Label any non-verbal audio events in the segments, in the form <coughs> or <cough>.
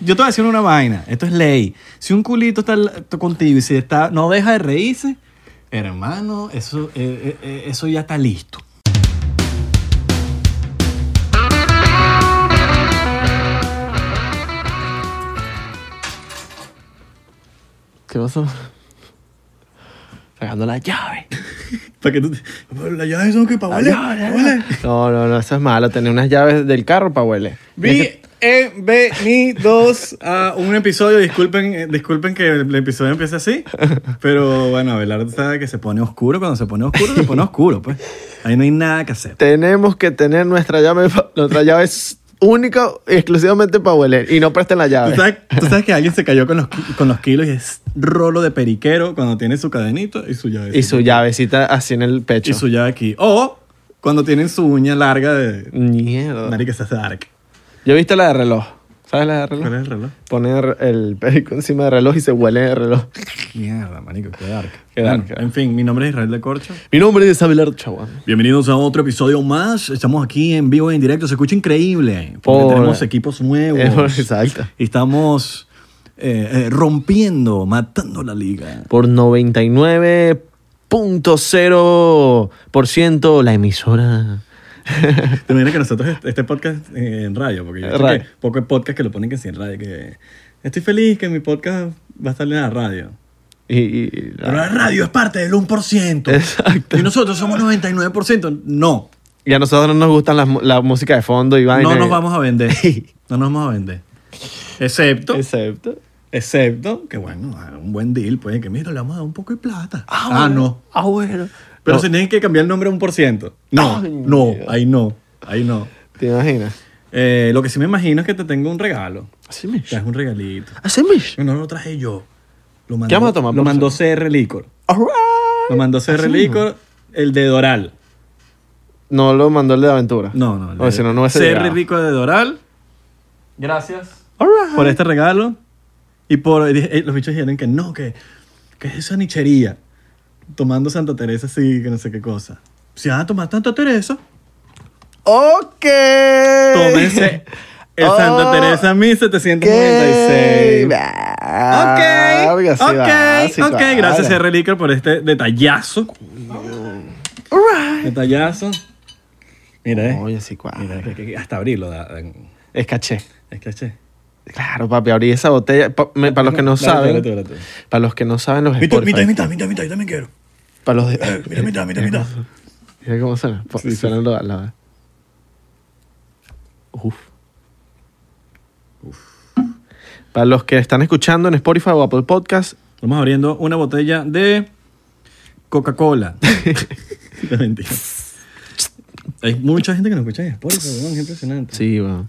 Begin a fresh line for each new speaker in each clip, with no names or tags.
Yo te voy a decir una vaina. Esto es ley. Si un culito está al- contigo y si está, no deja de reírse, hermano, eso, eh, eh, eh, eso ya está listo.
¿Qué pasó? Sacando la llave.
Para que tú te... La llave son que para
No, no, no, eso es malo. Tener unas llaves del carro para huele.
Bienvenidos a un episodio. Disculpen, eh, disculpen que el el episodio empiece así, pero bueno, Abelardo sabe que se pone oscuro. Cuando se pone oscuro, se pone oscuro, pues. Ahí no hay nada que hacer.
Tenemos que tener nuestra llave, pa- nuestra llave es única y exclusivamente para hueler. Y no presten la
¿Tú
llave.
sabes, tú sabes que alguien se cayó con los, ki- con los kilos y es rolo de periquero cuando tiene su cadenito y su llave.
Y su llavecita así en el pecho.
y su llave aquí. O cuando tienen su uña larga de.
Mierda.
Marica, se hace dark.
Yo he visto la de reloj. ¿Sabes la de reloj?
¿Cuál es el reloj?
Poner el perico encima del reloj y se huele el reloj.
Mierda, marico, qué dark.
Qué dark,
Bueno,
qué dark.
en fin, mi nombre es Israel de Corcho.
Mi nombre es Abelardo Chaguán.
Bienvenidos a otro episodio más. Estamos aquí en vivo y en directo. Se escucha increíble. Porque
Por-
tenemos equipos <laughs> nuevos.
Exacto.
Y estamos eh, eh, rompiendo, matando la liga.
Por 99.0% la emisora. <laughs>
Te imaginas que nosotros est- este podcast eh, en radio, porque yo creo
Radio.
que poco hay podcast que lo ponen que sí en radio, que estoy feliz que mi podcast va a estar en la radio.
y, y-
Pero la radio es parte del 1%.
Exacto.
Y nosotros somos 99%. No,
y a nosotros no nos gustan las mu- la, música de fondo y vaina.
no nos vamos a
<laughs>
vender. No nos vamos a vender. Excepto,
Excepto.
excepto que bueno, un buen deal, pues que mira, le vamos a dar un poco de plata. Ah, no.
Ah, bueno.
Pero
No,
se tienen que cambiar el nombre a un por ciento. No,
Ay,
no,
Dios.
ahí no, ahí no.
¿Te imaginas?
Eh, lo que sí me imagino es que te tengo un regalo.
Así me.
Te es un regalito.
Así me.
No lo traje yo. Lo mandó,
¿Qué vamos a tomar,
Lo
por
mandó CR Licor. Lo mandó CR Licor, el de Doral.
No lo mandó el de aventura.
No, no. el
O
de-
si no, no hubiese
CR
llegado.
Licor de Doral. Gracias.
All right.
Por este regalo. Y por. eh, los bichos dijeron que no, que, que es esa nichería. Tomando Santa Teresa, sí, que no sé qué cosa. Si van a tomar Santa Teresa,
Ok. <laughs>
tómense el
Oh,
Santa Teresa 1796.
Ok. Ah,
Ok,
así va, así
ok, ok.
va.
Gracias, CR Licor, por este detallazo.
All right.
Detallazo. Mira, eh.
Oye, sí, cuál.
Mira, que- que hasta abrirlo da, da-
Es caché.
es caché.
Claro, papi, abrí esa botella. Pa- me- para los que no
Dale tú, dale tú,
saben,
dale tú.
para los que no saben los Spotify.
mitad, mitad, mitad, yo también quiero.
Para los
Eh,
de,
Mira, mitad, mitad, mitad.
mira cómo suena. Po-
Sí, sí.
suena la- la- Uf. Para los que están escuchando en Spotify o Apple Podcast,
Estamos abriendo una botella de <laughs> Coca-Cola. No, mentira. Hay mucha gente que nos escucha en Spotify, weón, es impresionante.
sí, bueno.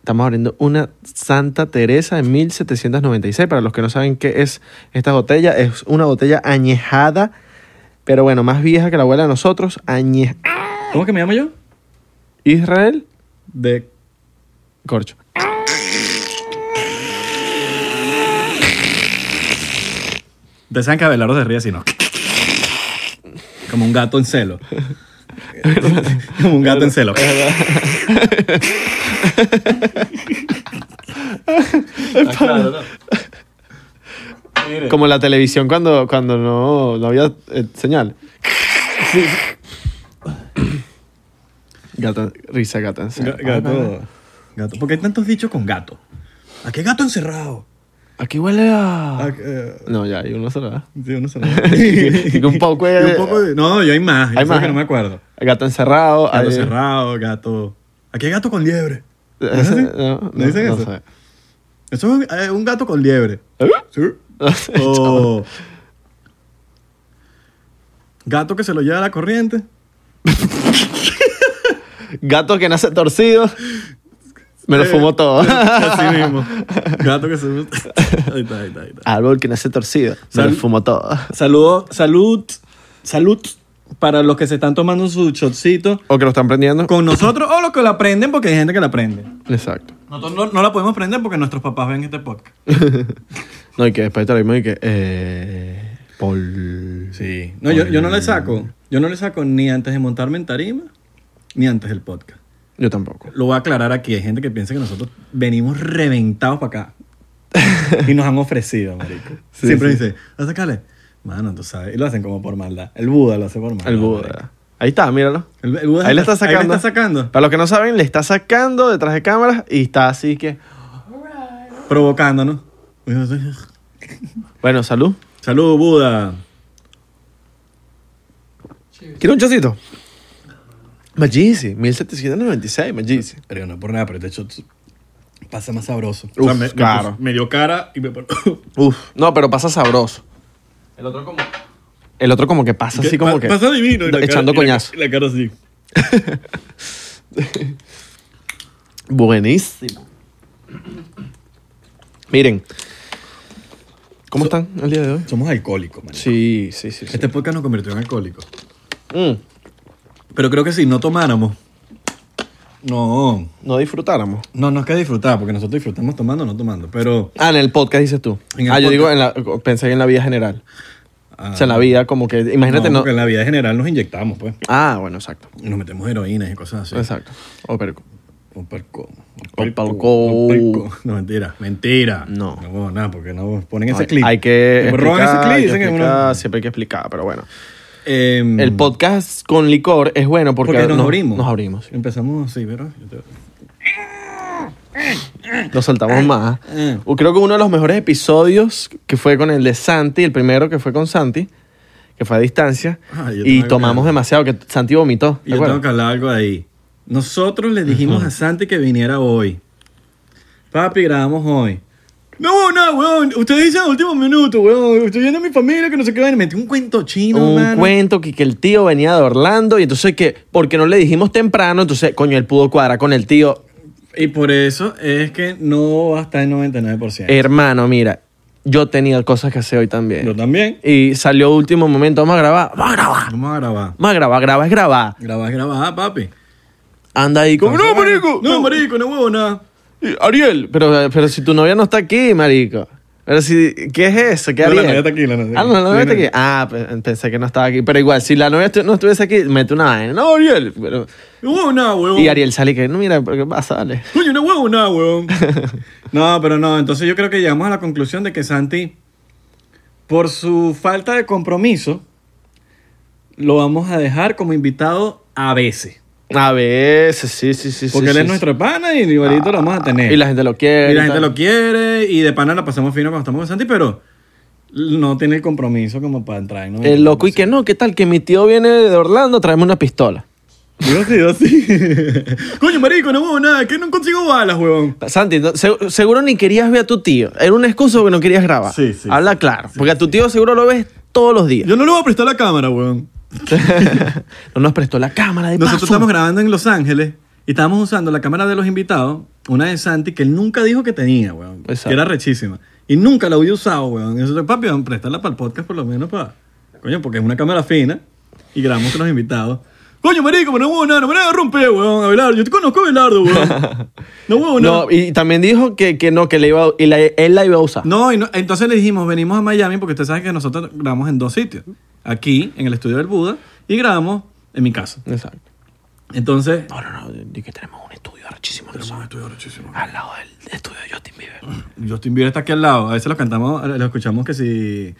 Estamos abriendo una Santa Teresa de 1796. Para los que no saben qué es esta botella, es una botella añejada, pero bueno, más vieja que la abuela de nosotros. Añe...
¿Cómo que me llamo yo?
Israel
De
Corcho.
Ustedes saben que Abelardo se ríe así, ¿no? Como un gato en celo. <laughs> Como un gato en celo. <laughs> Está Ah, claro, ¿no? Mire.
Como la televisión cuando, cuando no, no había eh, señal. Gata, risa gata. en serio.
Ga- Ah, Gato. Gato. ¿Por qué hay tantos dichos con gato? ¿A qué gato encerrado?
Aquí huele a...
¿A qué-
No, ya, hay uno solo. ¿eh?
Sí, uno se
<laughs> Y que un poco de-
Y un poco de- No, yo hay más.
Hay
Hay más.
más,
que no
¿eh?
me acuerdo.
Gato encerrado.
Gato
hay- <laughs>
cerrado, gato. Aquí hay gato con liebre. ¿No es
Ese-
así?
No,
¿No
no,
dicen
no
eso?
sé. ¿Eh?
Eso es un, eh, un gato con liebre.
<laughs>
Sí.
No sé,
Oh.
chamo.
O gato que se lo lleva a la
<laughs>
corriente.
Gato que nace torcido. Me lo fumo todo.
Así mismo. Gato que se <laughs> ahí está, ahí está, ahí está.
<laughs> Árbol que nace torcido. Me
Sal-
lo fumo todo.
Saludo, salud, salud para los que se están tomando su shotcito
O que lo están prendiendo.
con nosotros o los que la aprenden porque hay gente que la aprende.
Exacto.
Nosotros no, no la podemos aprender porque nuestros papás ven este podcast.
<laughs> No, y que después te lo mismo y que... Eh, Paul...
Sí. No, yo, yo no le saco. Yo no le saco ni antes de montarme en tarima ni antes del podcast.
Yo tampoco.
Lo voy a aclarar aquí. Hay gente que piensa que nosotros venimos reventados
<laughs>
para acá. y nos han ofrecido, marico.
Sí,
Siempre
sí.
dice, ¿vas a sacarle? Mano, tú sabes. Y lo hacen como por maldad. El Buda lo hace por maldad.
El
marico.
Buda. Ahí está, míralo.
El, el Buda
Ahí le está
Ahí
sacando.
le está sacando.
Para los que no saben, le está sacando detrás de cámaras y está así que.
Provocándonos.
Bueno, salud.
Salud, Buda.
¿Quieres un chocito? Magisi, 1796, Magisi.
Pero no por nada, pero de hecho t- pasa más sabroso.
Uf, claro.
puso- me dio cara y me pon-
Uf, no, pero pasa sabroso. El otro como. El otro como que
<laughs>
pasa así como
Pa-
que.
Pasa divino. y la cara-
Echando
y la-
coñazo.
y La, cara así.
Buenísimo. Miren. ¿Cómo están el día de hoy?
Somos alcohólicos, man.
Sí, sí, sí. sí.
Este podcast nos convirtió en alcohólicos.
Mm,
Pero creo que si no tomáramos. No.
no disfrutáramos.
No, no es que disfrutar, porque nosotros disfrutamos tomando o no tomando. Pero.
Ah, en el podcast dices tú.
En el
ah, yo
podcast.
digo, en la, pensé en la vida general.
ah,
O sea, en la vida como que, imagínate,
no,
no.
Porque en la vida general nos inyectamos, pues.
Ah, bueno, exacto.
Y nos metemos heroínas y cosas así.
Exacto. Oh, O perco.
Un perco. Un
Un
perco,
perco.
un perco. No, mentira. Mentira.
No.
No, bueno, nada, porque no ponen ese
Hay-
clip.
Hay que
Tipo, roban ese
explicar,
clip.
hay que
Dicen que es
explicar,
una-
siempre hay que explicar, pero bueno.
Em,
El podcast con licor es bueno porque,
porque, nos, abrimos.
Nos abrimos. sí.
Empezamos así, ¿verdad? Yo te-
Nos soltamos más.
<coughs> Eh.
O Creo que uno de los mejores episodios que fue con el de Santi, el primero que fue con Santi, que fue a distancia,
Ah, yo
y
tengo que-
tomamos demasiado, que Santi vomitó. ¿te
Y yo
acuerdas?
tengo que hablar algo ahí. Nosotros le dijimos a Santi que viniera hoy. Papi, grabamos hoy. No, no, weón. Ustedes dicen último minuto, weón. Estoy viendo a mi familia que no sé qué van. Metí un cuento chino,
un
mano.
cuento que, que el tío venía de Orlando y entonces que, porque no le dijimos temprano, entonces, coño, él pudo cuadrar con el tío.
Y por eso es que no va a estar el 99%.
Hermano, mira, yo tenía cosas que hacer hoy también.
Yo también.
Y salió último momento, vamos a grabar, vamos a grabar,
Vamos a grabar.
vamos a grabar, graba es grabar.
Grabar, grabar, papi.
Anda ahí como, no, marico,
No, marico, no huevo nada.
Y Ariel, pero, pero si tu novia no está aquí, marico. Pero si, ¿qué es eso? ¿Qué
No, la
Ariel?
novia está aquí, la novia está
Ah, no, la
aquí. Sí,
novia está
no.
aquí. Ah, pe- pensé que no estaba aquí. Pero igual, si la novia estu- no estuviese aquí, mete una vaina. No, Ariel. pero-
No huevo nada, weón.
Y Ariel sale y que, no, mira, ¿qué pasa? Dale.
Coño, no huevo nada,
<laughs>
weón. no, pero no, entonces yo creo que llegamos a la conclusión de que Santi, por su falta de compromiso, lo vamos a dejar como invitado a veces.
A veces, sí, sí, sí.
Porque
sí,
él
sí,
es nuestro pana y igualito lo vamos a tener.
Y la gente lo quiere.
Y la gente
tal.
lo quiere y de pana la pasamos fino cuando estamos con Santi, pero no tiene el compromiso como para entrar. ¿no?
El loco y que no, ¿qué tal? Que mi tío viene de Orlando, tráeme una pistola.
Digo sí, digo sí. <laughs> Coño, marico, no huevo nada, que no consigo balas, huevón.
Santi, no- seg- seguro ni querías ver a tu tío. Era un excusa porque no querías grabar.
Sí, sí,
Habla claro. porque a tu tío seguro lo ves todos los días.
Yo no le voy a prestar la cámara, huevón.
<laughs> no nos prestó la cámara de
Nosotros
paso.
estamos grabando en Los Ángeles y estábamos usando la cámara de los invitados, una de Santi, que él nunca dijo que tenía, weón.
Exacto.
Que era rechísima. Y nunca la había usado, weón. Y nosotros, papi, vamos a prestarla para el podcast por lo menos para... Coño, porque es una cámara fina y grabamos con los invitados. Coño, marico, pero no huevo nada, no me la rompe, weón, Abelardo. Yo te conozco a Abelardo,
<laughs>
weón. No huevo nada.
No, y también dijo que, que no, que le iba a- y la- él la iba a usar.
No, y no- entonces le dijimos, venimos a Miami porque ustedes saben que nosotros grabamos en dos sitios. Aquí, en el estudio del Buda, y grabamos en mi casa.
Exacto.
Entonces...
No, no, no. di que tenemos un estudio archísimo.
Tenemos un estudio rechísimo.
Al lado del estudio de Justin Bieber.
Justin Bieber está aquí al lado. A veces lo cantamos, lo escuchamos que si.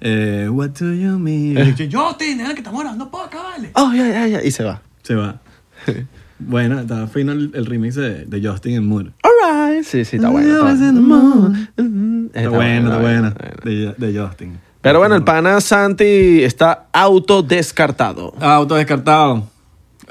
eh, What do you mean? Y dice, Justin, era que estamos grabando pues, acá, vale.
Oh, ya, ya, ya. Y se va.
Se <laughs> va. bueno, estaba fino el, el remix de, de Justin en Mood.
Alright. Sí, sí, está bueno. Está,
Always in the mood. Está bueno, está bueno. De, de Justin.
Pero bueno, el pana Santi está autodescartado.
Auto descartado.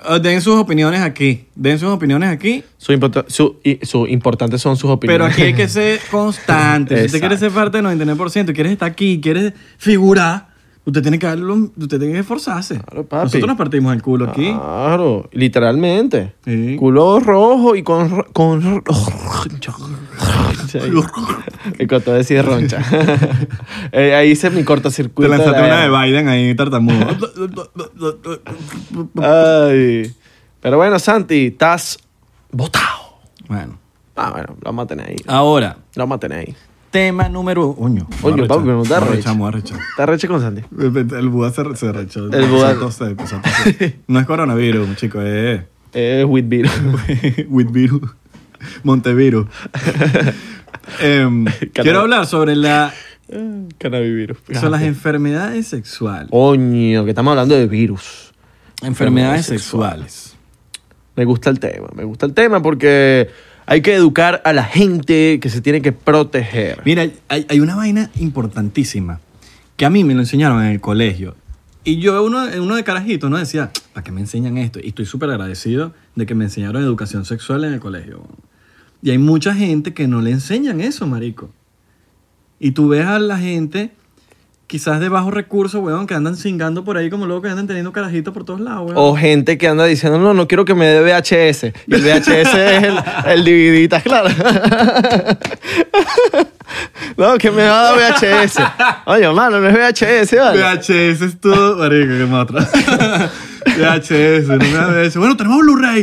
Eh, Den sus opiniones aquí. Den sus opiniones aquí.
Su, import- su, y- su importantes son sus
Pero
opiniones.
aquí
<laughs>
hay que ser constante. si usted quiere ser parte del 99%, quieres estar aquí, quieres figurar, usted tiene que darlo, usted tiene que esforzarse.
Claro, papi. Ah,
Nosotros nos partimos el culo aquí.
Claro, literalmente.
Sí.
Culo rojo y con... ro- con ro- roncha. y cuando decía roncha.
<laughs>
Eh, ahí hice mi
Te
cortocircuito.
lanzaste
la
una de
verga.
Biden ahí, tartamudo.
<laughs> Ay. Pero bueno, Santi, estás botado.
bueno,
Ah, bueno, lo vamos a tener ahí.
ahora,
Lo vamos a tener ahí.
tema número uno.
Oño, papi, no te arreches.
Arrechamos, arrechamos.
¿Estás reche con Santi?
El Buda se, se arrechó.
El
Empezó
Buda.
a toser, empezó a toser. No es <laughs> coronavirus, chico, es
Es with beer.
Whitviru.
<laughs>
Monteviru. Em, quiero hablar sobre la,
Mm. Cannabivirus.
sobre las enfermedades sexuales.
Coño, que estamos hablando de virus.
Enfermedades
enfermedades
sexuales.
Me gusta el tema, me gusta el tema porque hay que educar a la gente que se tiene que proteger.
Mira, hay, hay una vaina importantísima que a mí me lo enseñaron en el colegio. Y yo, uno, uno de carajito, no decía, ¿para qué me enseñan esto? Y estoy súper agradecido de que me enseñaron educación sexual en el colegio. Y hay mucha gente que no le enseñan eso, marico. Y tú ves a la gente, quizás de bajos recursos, weón, que andan cingando por ahí como locos, que andan teniendo carajitos por todos lados, weón.
O gente que anda diciendo, no, no quiero que me dé VHS. Y el VHS <laughs> es el, el DVD, ¿estás claro? <laughs> no, que me va a dar VHS. Oye, hermano, no es VHS, ¿vale?
VHS es todo, marico, que me
<laughs>
otra. VHS, no me VHS. Bueno, tenemos Blu-ray.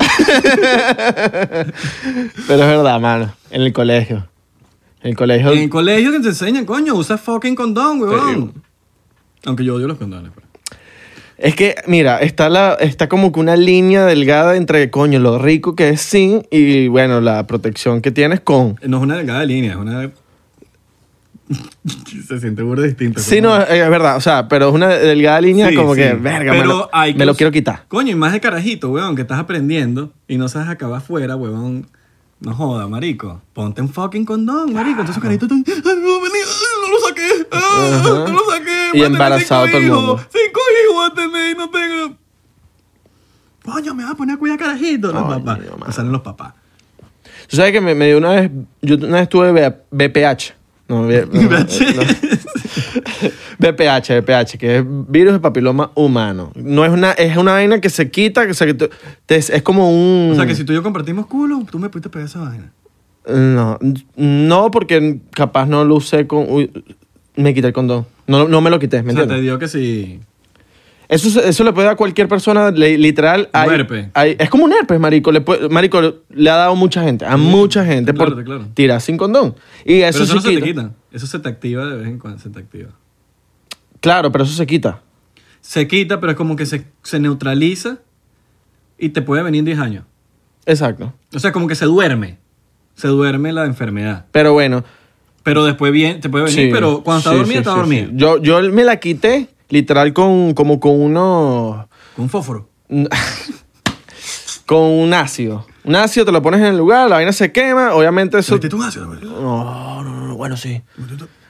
Pero es verdad, mano. En el colegio. En el colegio.
En el colegio que te enseñan, coño, usa fucking condón, weón. Aunque yo odio los condones. pues. pero-
Es que, mira, está, la, está como que una línea delgada entre, coño, lo rico que es sin y, bueno, la protección que tienes con.
No es una delgada línea, es una... <laughs> Se siente burda distinta.
Sí,
coño.
no, eh, es es verdad, o sea, pero es una delgada línea
Sí,
como
sí.
que, verga,
Pero
me lo,
hay que
me lo
us-
quiero quitar.
Coño, y más de carajito, weón, que estás aprendiendo y no sabes acabar afuera, weón. No joda, marico. Ponte un fucking condón, marico. Entonces, carajito, tú, "Ay, no, vení, ay, no lo saqué, ah, no
Ajá.
lo saqué.
Y
voy a tener
embarazado
cinco
todo el
hijos,
mundo.
Cinco hijos voy a tener y no tengo. Coño, me vas a poner a cuidar carajito, los
Coño,
papás.
mano.
Pues salen los papás.
Tú sabes que me, me dio una vez, yo una vez tuve B- BPH.
<laughs>
No, B- <laughs> no, no. <laughs> BPH, BPH, que es virus de papiloma humano. No es una, es una vaina que se quita, que, se- que tú- te- es como un...
o sea, que si tú y yo compartimos culo, tú me pudiste pegar esa vaina.
No, no, porque capaz no lo usé con... uy, me quité el condón. No, no me lo quité, ¿me
o sea, te
entiendes?
dio que si...
Eso, se- eso le puede dar a cualquier persona, le- literal.
Un
hay-
herpes.
hay- es como un herpes, marico. Le puede- marico, le ha dado a mucha gente, a mucha gente
claro,
por
claro.
tirar sin condón. Y eso,
Pero eso
se
no se te
quita.
quita. Eso se te activa de vez en cuando, se te activa.
Claro, pero eso se quita.
se quita, pero es como que se, se neutraliza y te puede venir en 10 años.
Exacto.
O sea, como que se duerme. Se duerme la enfermedad.
Pero bueno.
Pero después bien, te puede venir,
sí,
pero cuando está
sí,
dormida,
sí,
está
sí,
dormida.
sí. Yo, yo me la quité, literal, con, como con unos.
Con fósforo.
<laughs> con un ácido. Un ácido te lo pones en el lugar, la vaina se quema, obviamente eso.
¿Te metiste un ácido, güey?
No, no, no, no, bueno, sí.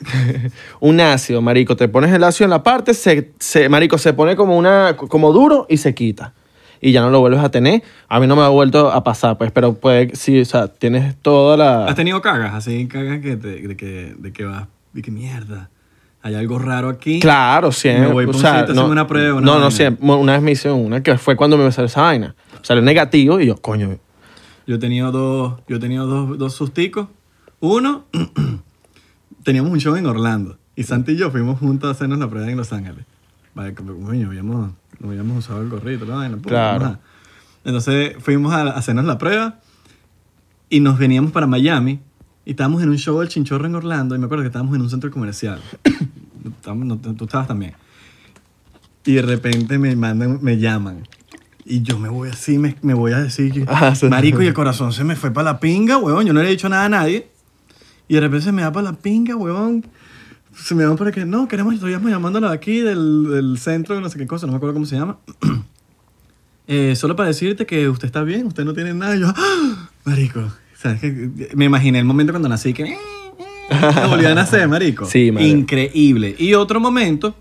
<laughs> un ácido, marico. Te pones el ácido en la parte, se, se- marico, se pone como, una, como duro y se quita. Y ya no lo vuelves a tener. A mí no me ha vuelto a pasar, pues, pero puede, sí, o sea, tienes toda
¿Has
la...
tenido cagas? Así cagas que te- de, que, de que vas. De que mierda. Hay algo raro aquí.
Claro, siempre.
Me voy pa'
o
un
sea,
sitio,
no,
hazme una prueba, una
no, no,
vaina.
siempre. Bueno, Una vez me hice una, que fue cuando me salió esa vaina. Salió negativo y yo, coño,
Yo he tenido dos, yo he tenido dos, dos susticos. Uno, <clears throat> teníamos un show en Orlando. Y Santi y yo fuimos juntos a hacernos la prueba en Los Ángeles. Vale, como, coño, habíamos, no habíamos usado el gorrito, la vaina, puta,
Claro.
vamos a- Entonces fuimos a, a hacernos la prueba y nos veníamos para Miami. Y estábamos en un show del Chinchorro en Orlando. Y me acuerdo que estábamos en un centro comercial. Estábamos- no, tú estabas también. Y de repente me mandan, me llaman. Y yo me voy así, me, me voy a decir que,
Ah, sí.
marico, y el corazón se me fue para la pinga, huevón. Yo no le he dicho nada a nadie. Y de repente se me da para la pinga, huevón. Se me da para que, no, queremos, estamos llamándola de aquí, del, del centro, de no sé qué cosa, no me acuerdo cómo se llama. Eh, solo para decirte que usted está bien, usted no tiene nada. Y yo, ¡Ah! marico, ¿sabes qué? Me imaginé el momento cuando nací que... Me volví a nacer, marico.
Sí, madre.
Increíble. Y otro momento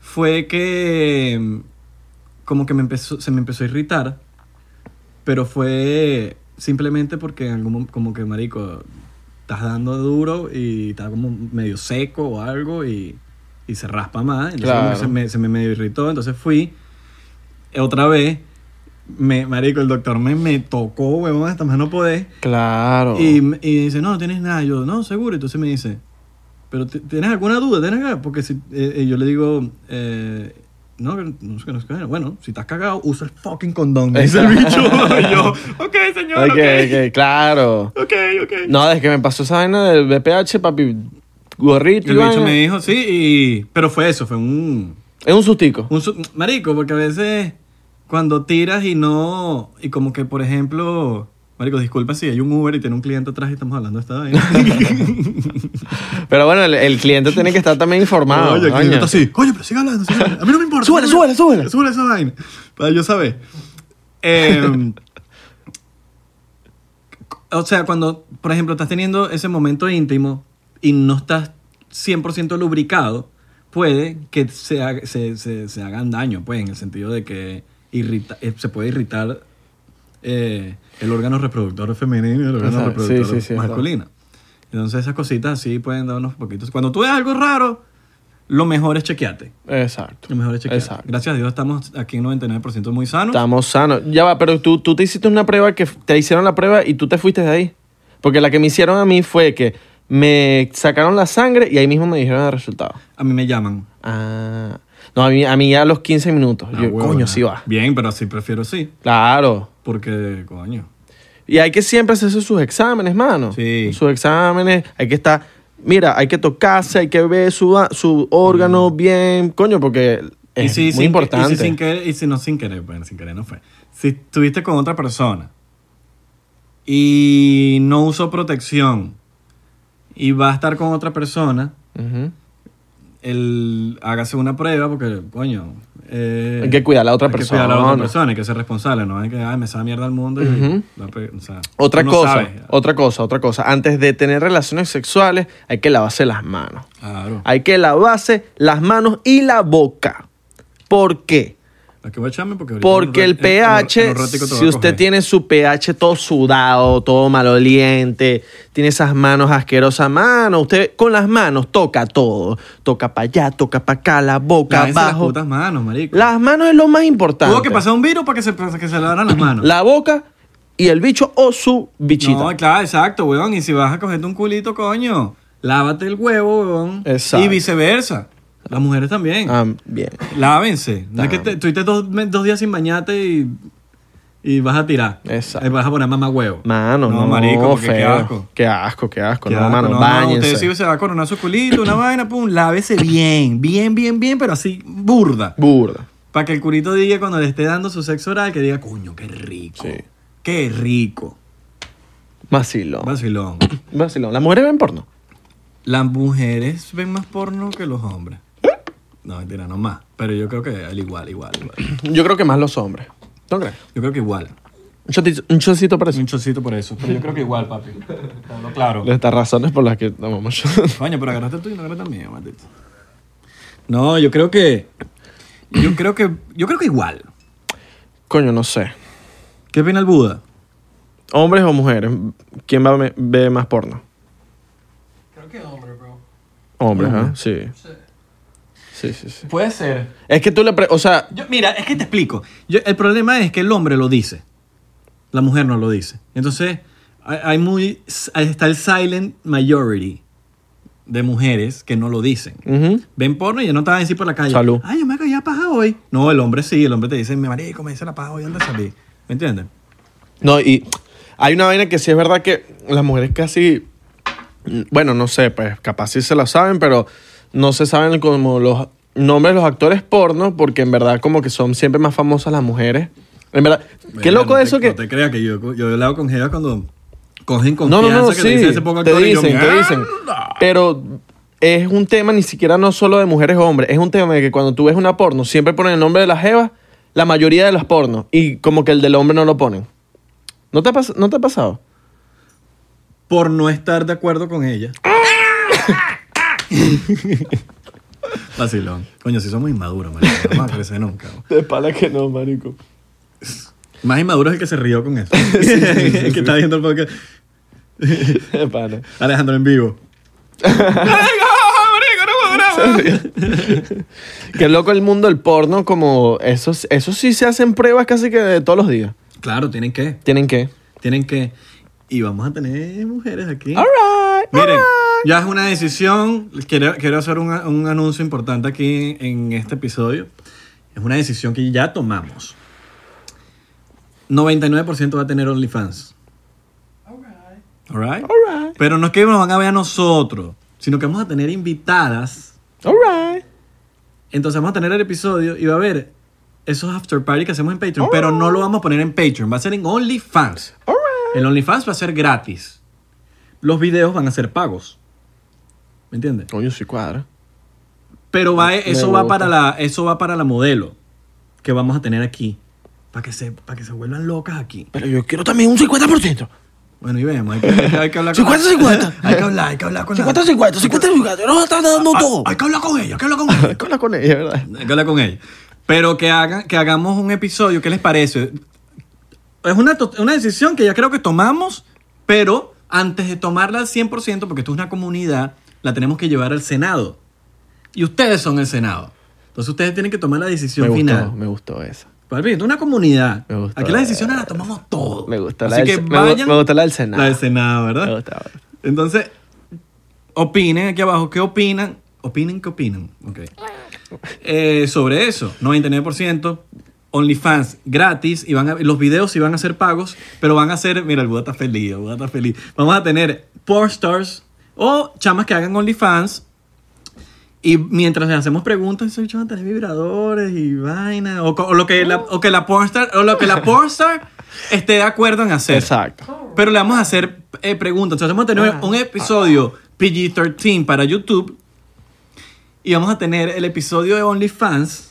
fue que mm, como que me empezó, se me empezó a irritar, pero fue simplemente porque en algún mom- como que, marico, estás dando duro y está como medio seco o algo y, y se raspa más. Entonces como que
Claro.
se, me, se me medio irritó, entonces fui eh, otra vez. Me, marico, el doctor me, me tocó, huevón, hasta más no poder.
claro.
Y, me- y dice, no, no tienes nada. Yo, no, seguro. Entonces me dice, pero te- ¿tienes alguna duda? ¿Tienes algo?" Porque si, eh, eh, yo le digo, eh, no, que no, sé qué, no sé qué. Bueno, si estás cagado, usa el fucking condón. me Dice el bicho.
<laughs>
Y yo, ok, señor,
Ok,
ok.
ok, claro.
Ok, ok.
No, desde que me pasó esa vaina del BPH, papi, gorrito
Y el
y
bicho
vaina.
me dijo, sí, y... pero fue eso, fue un...
Es un sustico.
un su- marico, porque a veces cuando tiras y no. Y como que, por ejemplo. Marico, disculpa si hay un Uber y tiene un cliente atrás y estamos hablando de esta vaina.
<laughs> Pero bueno, el, el cliente tiene que estar también informado.
Oye, el
coño.
cliente está así. Oye, pero sigue hablando, sigue hablando. A mí no me importa.
Súbele,
súbele,
súbele, súbele.
Súbele esa vaina. Para yo saber. Eh, <laughs> o sea, cuando, por ejemplo, estás teniendo ese momento íntimo y no estás 100% lubricado, puede que se, ha- se, se- se hagan daño, pues, en el sentido de que irrita- eh, se puede irritar eh, el órgano reproductor femenino y el órgano
Exacto. Sí,
reproductor
sí, sí, está.
masculino. Entonces esas cositas así pueden dar unos poquitos. Cuando tú ves algo raro, lo mejor es chequearte.
Exacto.
Lo mejor es chequearte.
Exacto.
Gracias a Dios estamos aquí en 99% muy sanos.
Estamos sanos. Ya va, pero tú, tú te hiciste una prueba que f- te hicieron la prueba y tú te fuiste de ahí. Porque la que me hicieron a mí fue que me sacaron la sangre y ahí mismo me dijeron el resultado.
A mí me llaman.
Ah. No, a mí, a mí ya a los 15 minutos.
Ah,
Yo,
huevona.
coño, sí va.
Bien, pero sí prefiero sí.
Claro.
Porque, coño.
Y hay que siempre hacerse sus exámenes, mano.
Sí.
Sus exámenes, hay que estar. Mira, hay que tocarse, hay que ver su, su órgano bien, coño, porque
Y
es
si
muy
sin que-
importante.
Y si, sin querer, y si no sin querer, bueno, sin querer no fue. Si estuviste con otra persona y no usó protección y va a estar con otra persona,
Ujú.
el, hágase una prueba porque, coño. eh,
Hay que cuidar a la otra
hay que
persona.
cuidar a la otra persona, hay que ser responsable, no hay que, ay, me sabe mierda al mundo. y-
Ujú.
la pe- o sea,
Otra
uno
cosa,
sabe.
otra cosa, otra cosa. Antes de tener relaciones sexuales, hay que lavarse las manos.
Claro.
Hay que lavarse las manos y la boca. ¿Por qué?
Aquí voy a echarme porque, ahorita
Porque
en
el
un ra- en- en- en
pH,
un ratico te voy
si
a
usted
coger.
tiene su pH todo sudado, todo maloliente, tiene esas manos asquerosas, mano, usted con las manos toca todo. Toca para allá, toca para acá, la boca,
Lávense las
abajo.
putas manos, marico.
Las manos es lo más importante.
Tuvo que pasar un virus para que se, para que se lavaran las manos.
La boca y el bicho o su bichita. Ah,
No, claro, exacto, weón. Y si vas a cogerte un culito, coño, lávate el huevo, weón.
Exacto.
Y viceversa. Las mujeres también.
Ah, bien.
Lávense. No es que te- estuviste dos, me- dos días sin bañarte y, y vas a tirar.
Exacto.
Eh, Vas a poner mamá huevo.
Mano, no,
marico, porque qué
feo.
asco.
Qué asco, qué asco.
Qué
no,
asco,
mano,
usted
báñense.
sí se va a coronar su culito, una vaina, pum, lávese bien, bien, bien, bien, pero así burda.
Burda.
Para que el culito diga cuando le esté dando su sexo oral, que diga, coño, qué rico.
Sí.
Qué rico.
Vacilón.
Vacilón.
Vacilón. Las mujeres ven porno.
Las mujeres ven más porno que los hombres. No, mentira, no más. Pero yo creo que al igual, igual, igual.
Yo creo que más los hombres. ¿No crees?
Yo creo que igual.
Un chotito, un chocito para eso.
Un chocito por eso. Pero yo creo que igual, papi. Te hablo claro.
Estas razones por las que tomamos shot.
Coño, pero agarraste tú y no agarraste mío, maldito. No, yo creo que. Yo creo que. Yo creo que igual.
Coño, no sé.
¿Qué opina el Buda?
¿Hombres o mujeres? ¿Quién va a me- ver más porno?
Creo que hombre, bro.
Hombres, ¿ah?
Hombre.
Sí. Sí, sí, sí.
Puede ser.
Es que tú le... pre- o sea,
Yo- mira, es que te explico. Yo- el problema es que el hombre lo dice. La mujer no lo dice. Entonces, hay, hay muy. Está el silent majority de mujeres que no lo dicen.
ujú.
Ven porno y ya no te van a decir por la calle.
Salud.
Ay, yo me caí a paja hoy. No, el hombre sí, el hombre te dice, mi marico, me dice la paja hoy, ¿dónde salí? ¿Me entiendes?
No, y hay una vaina que sí es verdad que las mujeres casi, mm, bueno, no sé, pues capaz sí se lo saben, pero no se saben como los nombres de los actores porno, porque en verdad como que son siempre más famosas las mujeres. En verdad, qué
Mira,
loco
no te-
eso que...
No te creas que yo, yo he hablado con Jeva cuando cogen
No,
confianza.
no, no,
que
sí,
te dicen, "Ese poco
te
actor", y yo, "Ah".
dicen, te dicen.
"Mierda".
Pero es un tema ni siquiera no solo de mujeres o hombres, es un tema de que cuando tú ves una porno siempre ponen el nombre de la jeva, la mayoría de los pornos, y como que el del hombre no lo ponen. ¿No te ha, pas- no te ha pasado?
Por no estar de acuerdo con ella. Vacilón. Coño, si somos inmaduros, marico. No vamos a crecer nunca.
De pala que no, marico. <laughs>
Más inmaduro es el que se rió con eso. <laughs> el que está viendo el podcast.
De pana.
Alejandro en vivo.
<laughs> Qué loco el mundo del porno, como eso, eso sí se hacen pruebas casi que de todos los días.
Claro, tienen que.
Tienen que.
Tienen que. Y vamos a tener mujeres aquí.
All right, all
Miren,
right.
ya es una decisión. Quiero, quiero hacer un, un anuncio importante aquí en este episodio. Es una decisión que ya tomamos. 99% va a tener OnlyFans.
Alright.
¿Alright?
All right,
Pero no es que nos van a ver a nosotros, sino que vamos a tener invitadas.
all right.
Entonces vamos a tener el episodio y va a haber esos after party que hacemos en Patreon, pero no lo vamos a poner en Patreon, va a ser en OnlyFans.
Alright.
El OnlyFans va a ser gratis. Los videos van a ser pagos. ¿Me entiendes?
Coño, sí cuadra.
Pero va, eso, va
gusta.
para la, eso va para la modelo que vamos a tener aquí. Para que, se, para que se vuelvan locas aquí.
Pero yo quiero también un 50%.
Bueno, y vemos. Hay que, hay que- hay que hablar con
50-50.
<laughs> Hay que hablar, hay que hablar con la- Ah,
50-50, 50-50. No estás dando todo.
Hay que hablar con ella, hay que hablar con ella.
Ah, Con la con ella, ¿verdad?
Hay que hablar con ella. Pero que, hagan, que hagamos un episodio, ¿qué les parece? Es una, to- una decisión que ya creo que tomamos, pero antes de tomarla al 100%, porque esto es una comunidad, la tenemos que llevar al Senado. Y ustedes son el Senado. Entonces ustedes tienen que tomar la decisión
Me
final.
gustó, me gustó esa.
Papi, esto es una comunidad.
Me gusta.
Aquí las decisiones las tomamos todos.
Me gusta
Así
la del
que
Se- me gu-
vayan.
me gusta la del Senado.
La del Senado, ¿verdad?
Me gusta, me gusta.
Entonces, opinen aquí abajo. ¿Qué opinan? Opinen, ¿qué opinan? Ok. Eh, sobre eso, 99%. OnlyFans gratis y van a, los videos sí van a ser pagos, pero van a ser, mira, el Buda está feliz, el Buda está feliz. Vamos a tener porn stars o chamas que hagan OnlyFans y mientras le hacemos preguntas, soy van a tener vibradores y vaina o, co- o lo que la, o que la pornstar o lo que la pornstar esté de acuerdo en hacer.
Exacto.
Pero le vamos a hacer eh, preguntas. Entonces vamos a tener un episodio PG-13 para YouTube. Y vamos a tener el episodio de OnlyFans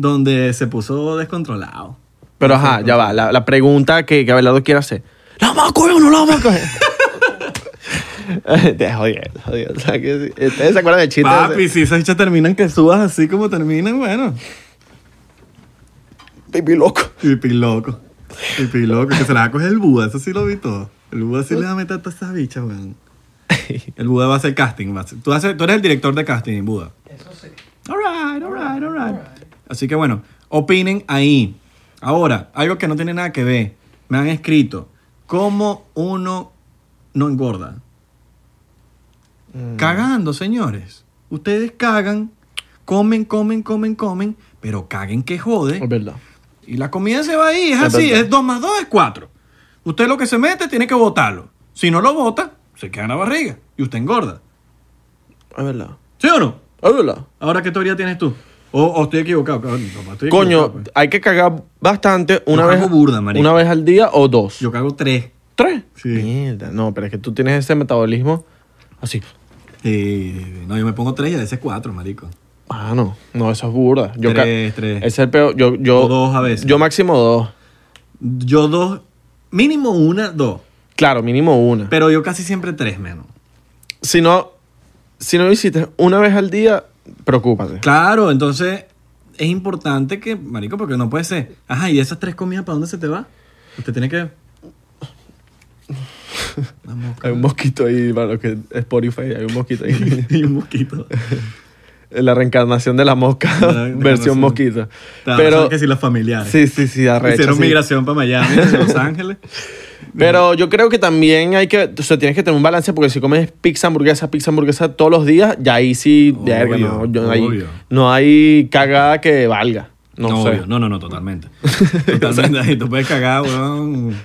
donde se puso descontrolado.
Pero ajá, ya va. La, la pregunta que, que Abelardo quiere hacer. ¿La vamos a coger o no la vamos a
<laughs>
coger? Te jodiendo, te jodiendo. O sea, que sí. ¿Ustedes se acuerdan del chiste?
Papi,
ese?
si esas chicas terminan que subas así como terminan, bueno. <laughs>
Pipi loco.
Pipi loco. Pipi loco. Que se la va a coger el Buda. Eso sí lo vi todo. El Buda sí le va a meter a todas esas bichas, weón. El Buda va a hacer casting. va a hacer- tú, haces- tú eres el director de casting, Buda.
Eso sí.
Alright, alright, alright. Así que bueno, opinen ahí. Ahora, algo que no tiene nada que ver. Me han escrito. ¿Cómo uno no engorda? Cagando, señores. Ustedes cagan, comen, comen, comen, comen, pero caguen que jode.
Es verdad.
Y la comida se va ahí, es
Es
así,
verdad.
es 2 más 2 es 4. Usted lo que se mete tiene que botarlo. Si no lo bota, se queda en la barriga y usted engorda.
Es verdad.
¿Sí o no?
Es verdad.
Ahora, ¿qué teoría tienes tú? O, o estoy equivocado, cabrón. papá, estoy
Coño,
equivocado, pues.
hay que cagar bastante una
Yo
vez.
cago burda, marico.
Una vez al día o dos.
Yo cago tres.
¿Tres?
Sí.
Mierda. No, pero es que tú tienes ese metabolismo así.
Eh, no, yo me pongo tres y a veces cuatro, marico.
Ah, no. No, eso es burda. Yo ca-
Tres, tres.
Ese es el peor. Yo, yo,
O dos a veces.
Yo máximo dos.
Yo dos, mínimo una, dos.
Claro, mínimo una.
Pero yo casi siempre tres, menos.
Si no, si no lo hiciste una vez al día, preocúpate.
Claro, entonces es importante que, marico, porque no puede ser. Ajá, ¿y esas tres comidas para dónde se te va? Usted tiene que... Una mosca. <laughs>
Hay un mosquito ahí, para lo que es Spotify, hay un
<laughs>
mosquito ahí.
y un mosquito.
la reencarnación de la mosca,
La reencarnación.
versión mosquito.
Pero...
Pero,
Que si los familiares.
sí, sí, sí, arrecha,
Hicieron
sí.
migración para Miami, de Los Ángeles.
Pero yo creo que también hay que, o sea, tienes que tener un balance porque si comes pizza, hamburguesa, pizza, hamburguesa todos los días, ya ahí sí,
Obvio,
verga, no, yo- no hay,
obvio.
no hay cagada que valga. <laughs> No, sé.
obvio. no, no, no,
<laughs>
totalmente. Totalmente. ahí tú puedes cagar, weón.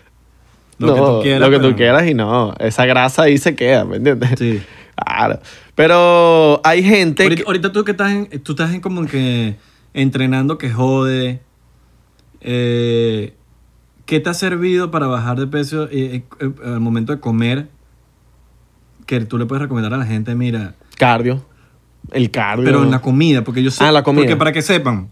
Lo que
No,
tú quieras.
Lo que
pero-
tú quieras y no. Esa grasa ahí se queda, ¿me entiendes?
Sí.
Claro. Pero hay gente.
Ahorita,
que-
ahorita tú que estás en, eh, tú estás en como que entrenando que jode. eh, ¿Qué te ha servido para bajar de peso eh, eh, eh, al momento de comer? Que tú le puedes recomendar a la gente, mira.
Cardio. El cardio.
Pero en la comida, porque yo sé.
Ah, la comida.
Porque para que sepan,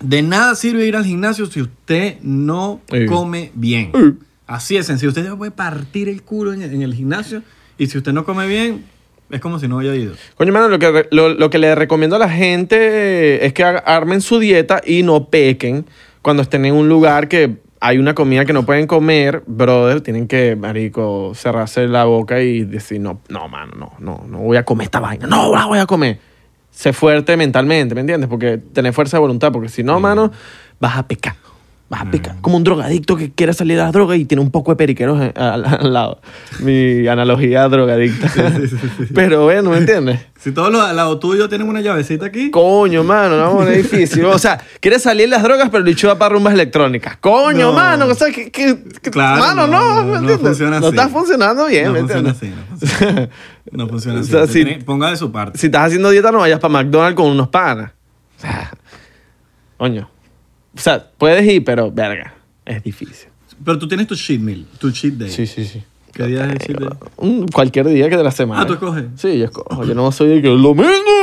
de nada sirve ir al gimnasio si usted no
Sí.
come bien.
Sí.
Así es sencillo. Usted se puede partir el culo en en el gimnasio y si usted no come bien, es como si no haya ido.
Coño, hermano, lo que, re- lo, lo que le recomiendo a la gente es que haga- armen su dieta y no pequen cuando estén en un lugar que hay una comida que no pueden comer, brother, tienen que, marico, cerrarse la boca y decir, no, no, mano, no, no, no voy a comer esta vaina, no la voy a comer. Sé fuerte mentalmente, ¿me entiendes? Porque tener fuerza de voluntad, porque si
Mm.
no, mano, vas a pecar. Vas a pecar. Como un drogadicto que quiere salir a las drogas y tiene un poco de periqueros eh, <laughs> al, al lado. Mi analogía drogadicta. Pero bueno, ¿me entiendes?
Si todos los al lado tuyo tienen una llavecita aquí.
Coño, mano, no es difícil. O sea, quiere salir las drogas, pero el bicho va para rumbas electrónicas. Coño,
No.
mano, o sea, que, que- que-
Claro, no,
mano, no,
no,
¿me
no
entiendes?
funciona así.
está funcionando bien,
no
¿me
funciona
entiendes?
así, no funciona así. No funciona así.
<laughs> O sea,
Usted
si-
tiene- ponga de su parte.
si estás haciendo dieta, no vayas para McDonald's con unos panas. O sea, coño. O sea, puedes ir, pero verga, es difícil.
Pero tú tienes tu cheat meal, tu cheat day.
Sí, sí, sí.
¿Qué día es el cheat day?
Tengo un- cualquier día que de la semana.
Ah, ¿tú escoges?
Sí, yo escojo. Yo no soy de que el domingo.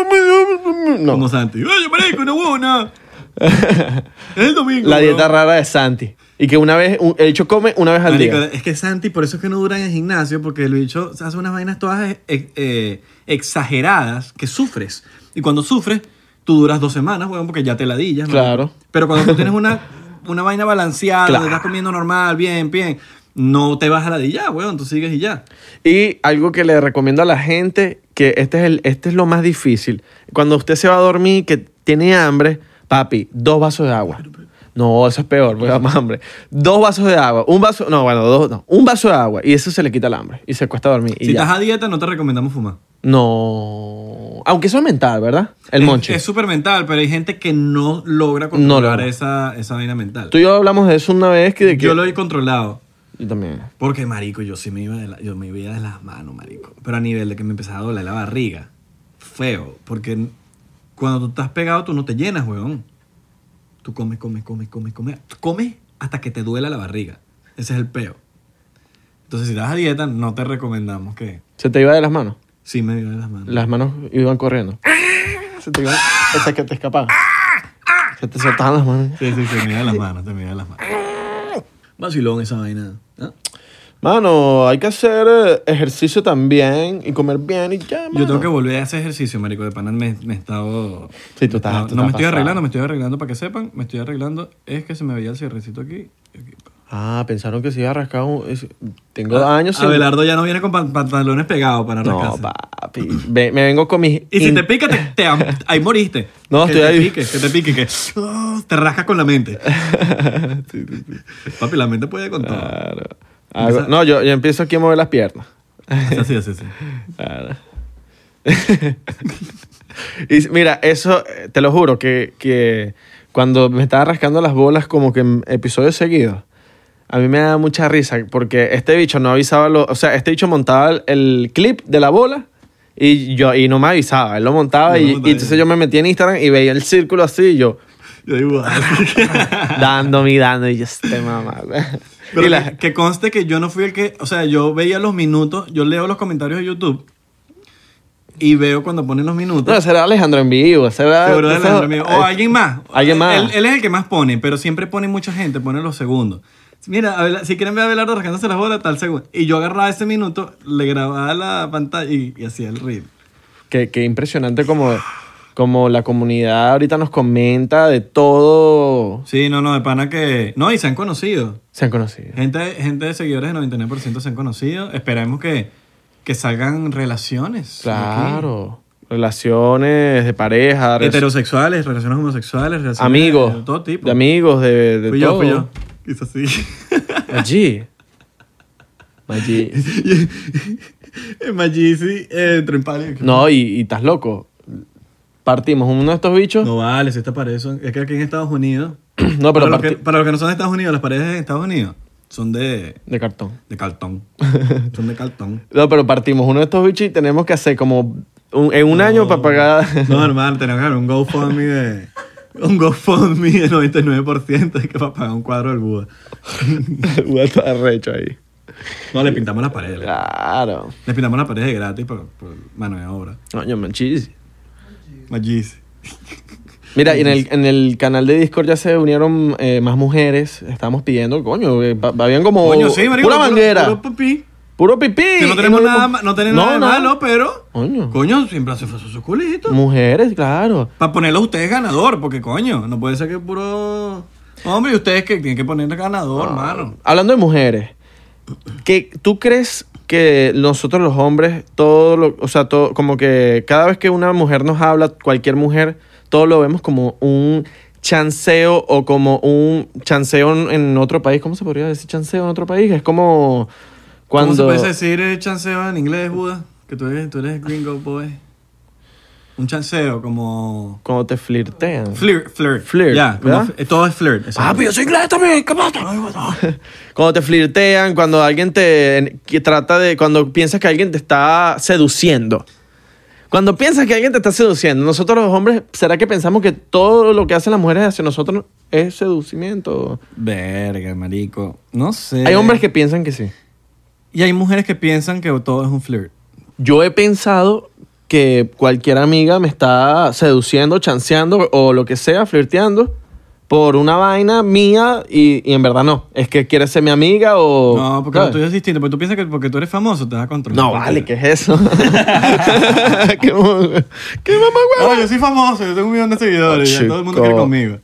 me- me- me- No.
Como Santi. ¡Oye, marico, una buena! es el domingo.
<laughs> La
weón.
dieta rara de Santi. Y que una vez, un- el hecho come una vez al
Marico,
día.
es que Santi, por eso es que no dura en el gimnasio, porque el bicho hace unas vainas todas eh, eh, exageradas que sufres. Y cuando sufres, tú duras dos semanas, weón, porque ya te ladillas. ¿no?
Claro.
Pero cuando tú
<laughs>
tienes una, una vaina balanceada,
Claro.
estás comiendo normal, bien, bien, no te vas a ladillar, weón, tú sigues y ya.
Y algo que le recomiendo a la gente, que este es, el, este es lo más difícil. Cuando usted se va a dormir, que tiene hambre, papi, dos vasos de agua. No, eso es peor, porque da más hambre. Dos vasos de agua, un vaso, no, bueno, dos, no, un vaso de agua y eso se le quita el hambre y se cuesta dormir. Y
si
ya.
estás a dieta, no te recomendamos fumar.
No, aunque eso es mental, ¿verdad? El
Es-
monche.
Es súper mental, pero hay gente que no logra
No
controlar
logra.
esa, esa vaina mental.
Tú y yo hablamos de eso una vez que, de que
Yo lo he controlado.
Yo también.
Porque, marico, yo sí me iba de, la- yo me iba de las manos, marico. Pero a nivel de que me empezaba a doler la barriga. Feo. Porque cuando tú estás pegado, tú no te llenas, weón. Tú comes, comes, comes, comes, comes. Tú comes hasta que te duela la barriga. Ese es el peo. Entonces, si estás a dieta, no te recomendamos que...
Se te iba de las manos.
Sí me iba de las manos.
Las manos iban corriendo.
Ah.
Se te iban, o sea, que te escapaban.
ah.
Se te soltaban las manos.
Sí, sí, se me iba de las manos, se me iba de las manos. Vacilón esa vaina. ¿ah?
Mano, hay que hacer eh, ejercicio también y comer bien y ya, mano.
Yo tengo que volver a ese ejercicio, marico. De pana me, me he estado...
Sí, tú estás-
No,
tú
no me
estás
estoy
pasado.
arreglando, me estoy arreglando para que sepan. Me estoy arreglando. Es que se me veía el cierrecito aquí. y aquí.
Ah, pensaron que se iba a rascar un... es- Tengo
Ah,
años sin...
Abelardo ya no viene con pan- pantalones pegados para
No,
rascarse.
papi. Ve- me vengo con mis...
y si
in-
te pica, te, te
<laughs>
am- ahí moriste.
No,
que
estoy
te
ahí.
Pique, que te pique,
<laughs>
que oh, te rascas con la mente. Papi, la mente puede con todo.
Claro. Hago- No, yo, yo empiezo aquí a mover las piernas.
Así, así, así.
Claro. y s- mira, eso, eh, te lo juro, que, que cuando me estaba rascando las bolas como que en episodios seguidos, a mí me da mucha risa porque este bicho no avisaba, lo- o sea, este bicho montaba el, el clip de la bola y yo y no me avisaba, él lo montaba
No
y,
lo
y
montaba.
entonces yo me metí en Instagram y veía el círculo así
<laughs>
y <laughs> yo
Yo digo, <laughs> ah.
dando mi dando y yo este mamá.
Pero
Y la-
que, que conste que yo no fui el que. O sea, yo veía los minutos, yo leo los comentarios de YouTube y veo cuando ponen los minutos.
no, será Alejandro en vivo, será
Seguro de
esa-
Alejandro Oh, Mío. O alguien más.
Alguien más.
Él, él es el que más pone, pero siempre pone mucha gente, pone los segundos. Mira, Abela- si quieren ver a Abelardo rascándose las bolas, tal segundo. Y yo agarraba ese minuto, le grababa la pantalla y, y hacía el reel.
Qué, qué impresionante como, como la comunidad ahorita nos comenta de todo.
Sí, no, no, de pana que... No, y se han conocido.
Se han conocido.
Gente, gente de seguidores del 99% se han conocido. Esperemos que, que salgan relaciones. de aquí.
Claro. Relaciones de pareja, re-
Heterosexuales, relaciones homosexuales, relaciones
amigos.
de todo tipo.
De amigos, de, de
fui
todo.
yo, fui yo. Hizo así. <laughs>
Allí. Allí.
<laughs> Magisi eh, entró en pánico.
No, y, y estás loco. Partimos uno de estos bichos. <clears throat> No,
No vale, si está para eso. Es que aquí en Estados Unidos.
pero
para, los que,
parti-
para los que no son de Estados Unidos, las paredes de Estados Unidos son de,
de cartón.
de
<laughs>
cartón. son de cartón.
No, pero partimos uno de estos bichos y tenemos que hacer como un- en un año
<laughs>
para pagar. <laughs>
No, hermano, tenemos que hacer un GoFundMe de. Un GoFundMe de 99% que va a pagar un cuadro del Buda.
Voy a estar arrecho ahí.
No, le pintamos las paredes. Le,
Claro.
le pintamos las paredes gratis por, por mano de obra.
Coño, man, chis.
Magisi.
Mira, y en el, en el canal de Discord ya se unieron eh, más mujeres. Estábamos pidiendo, coño, eh, pa- pa- habían como
Coño, sí, marico.
pura
puro-
manguera,
puro
puro,
pipí.
pipí. eh,
Que no tenemos nada, ma- no tenemos nada de malo, pero.
Coño,
Coño, siempre hace falso su culito.
mujeres, claro.
Para ponerlo a ustedes ganador, porque coño, no puede ser que puro. Hombre, y ustedes que tienen que ponerle ganador,
Ah,
mano.
Hablando de mujeres, que ¿tú crees que nosotros los hombres, todo lo, o sea, todo, como que cada vez que una mujer nos habla, cualquier mujer, todo lo vemos como un chanceo o como un chanceo en- en otro país? ¿Cómo se podría decir chanceo en otro país? Es como
¿Cómo se
cuando...
puede decir eh, chanceo en inglés, Buda? Que tú eres, tú eres gringo boy. Un chanceo como.
Cuando te flirtean.
Flirt, flirt.
Flirt,
Ya, como
¿verdad?
f- eh, todo es flirt.
Ah,
exacto.
pero yo soy inglés también, ¿qué pasa? <laughs> Cuando te flirtean, cuando alguien te que trata de. Cuando piensas que alguien te está seduciendo. Cuando piensas que alguien te está seduciendo, nosotros los hombres, ¿será que pensamos que todo lo que hacen las mujeres hacia nosotros es seducimiento?
Verga, marico. No sé.
Hay hombres que piensan que sí.
Y hay mujeres que piensan que todo es un flirt.
Yo he pensado que cualquier amiga me está seduciendo, chanceando o lo que sea, flirteando por una vaina mía y, y en verdad no. Es que quiere ser mi amiga o...
No, porque
¿sabes?
tú eres distinto. Porque tú piensas que porque tú eres famoso te vas a controlar.
No, vale, ¿qué es eso? <laughs> ¿Qué, mo- qué mamá,
Oh, yo soy famoso, yo tengo un millón de seguidores. ya
Ah. Chico.
todo el mundo quiere conmigo.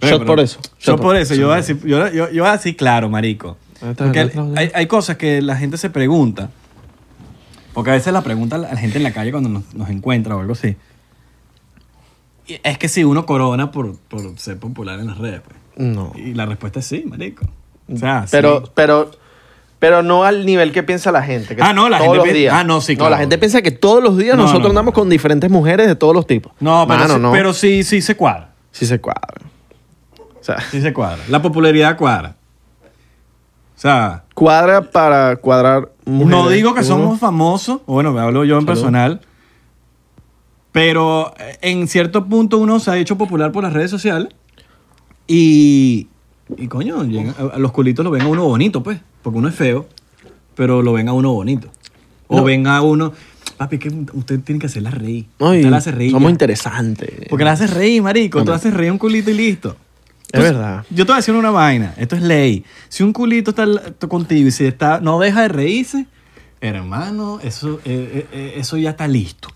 Shot por eso,
Yo
shot
por
por-
eso. Yo voy a decir, yo, yo, yo voy a decir claro, marico.
Ah, está
Porque
bien, está bien.
hay, hay cosas que la gente se pregunta. Porque a veces la pregunta la la gente en la calle cuando nos, nos encuentra o algo así. Y es que si uno corona por, por ser popular en las redes, pues.
No.
Y la respuesta es sí, marico. O sea, sí.
Pero, pero, pero no al nivel que piensa la gente. que
Ah, no, la
todos
gente
los
pi-
días.
ah, no, sí, claro.
la gente piensa que todos los días
No,
nosotros
no, no,
andamos
no.
con diferentes mujeres de todos los tipos.
No, pero,
Mano,
sí,
no.
pero sí, sí se cuadra.
Sí se cuadra. O sea,
Sí se cuadra. La popularidad cuadra. O sea,
cuadra para cuadrar mujeres. Uh.
no digo que
Uno-
somos famosos, o bueno, me hablo yo en
Salud.
personal, pero eh, en cierto punto uno se ha hecho popular por las redes sociales y, y coño, llegan- a- a los culitos lo ven a uno bonito, pues, porque uno es feo, pero lo ven a uno bonito. O
No.
ven a uno, papi, que usted tiene que hacerla reír.
No, y
usted la hace reír.
somos
ya".
interesantes.
Porque la haces reír, marico. Tú haces reír un culito y listo.
Es
Entonces,
verdad.
Yo te voy a decir una vaina. Esto es ley. Si un culito está al- t- contigo y si está, no deja de reírse, hermano, eso, eh, eh, eh, eso ya está listo.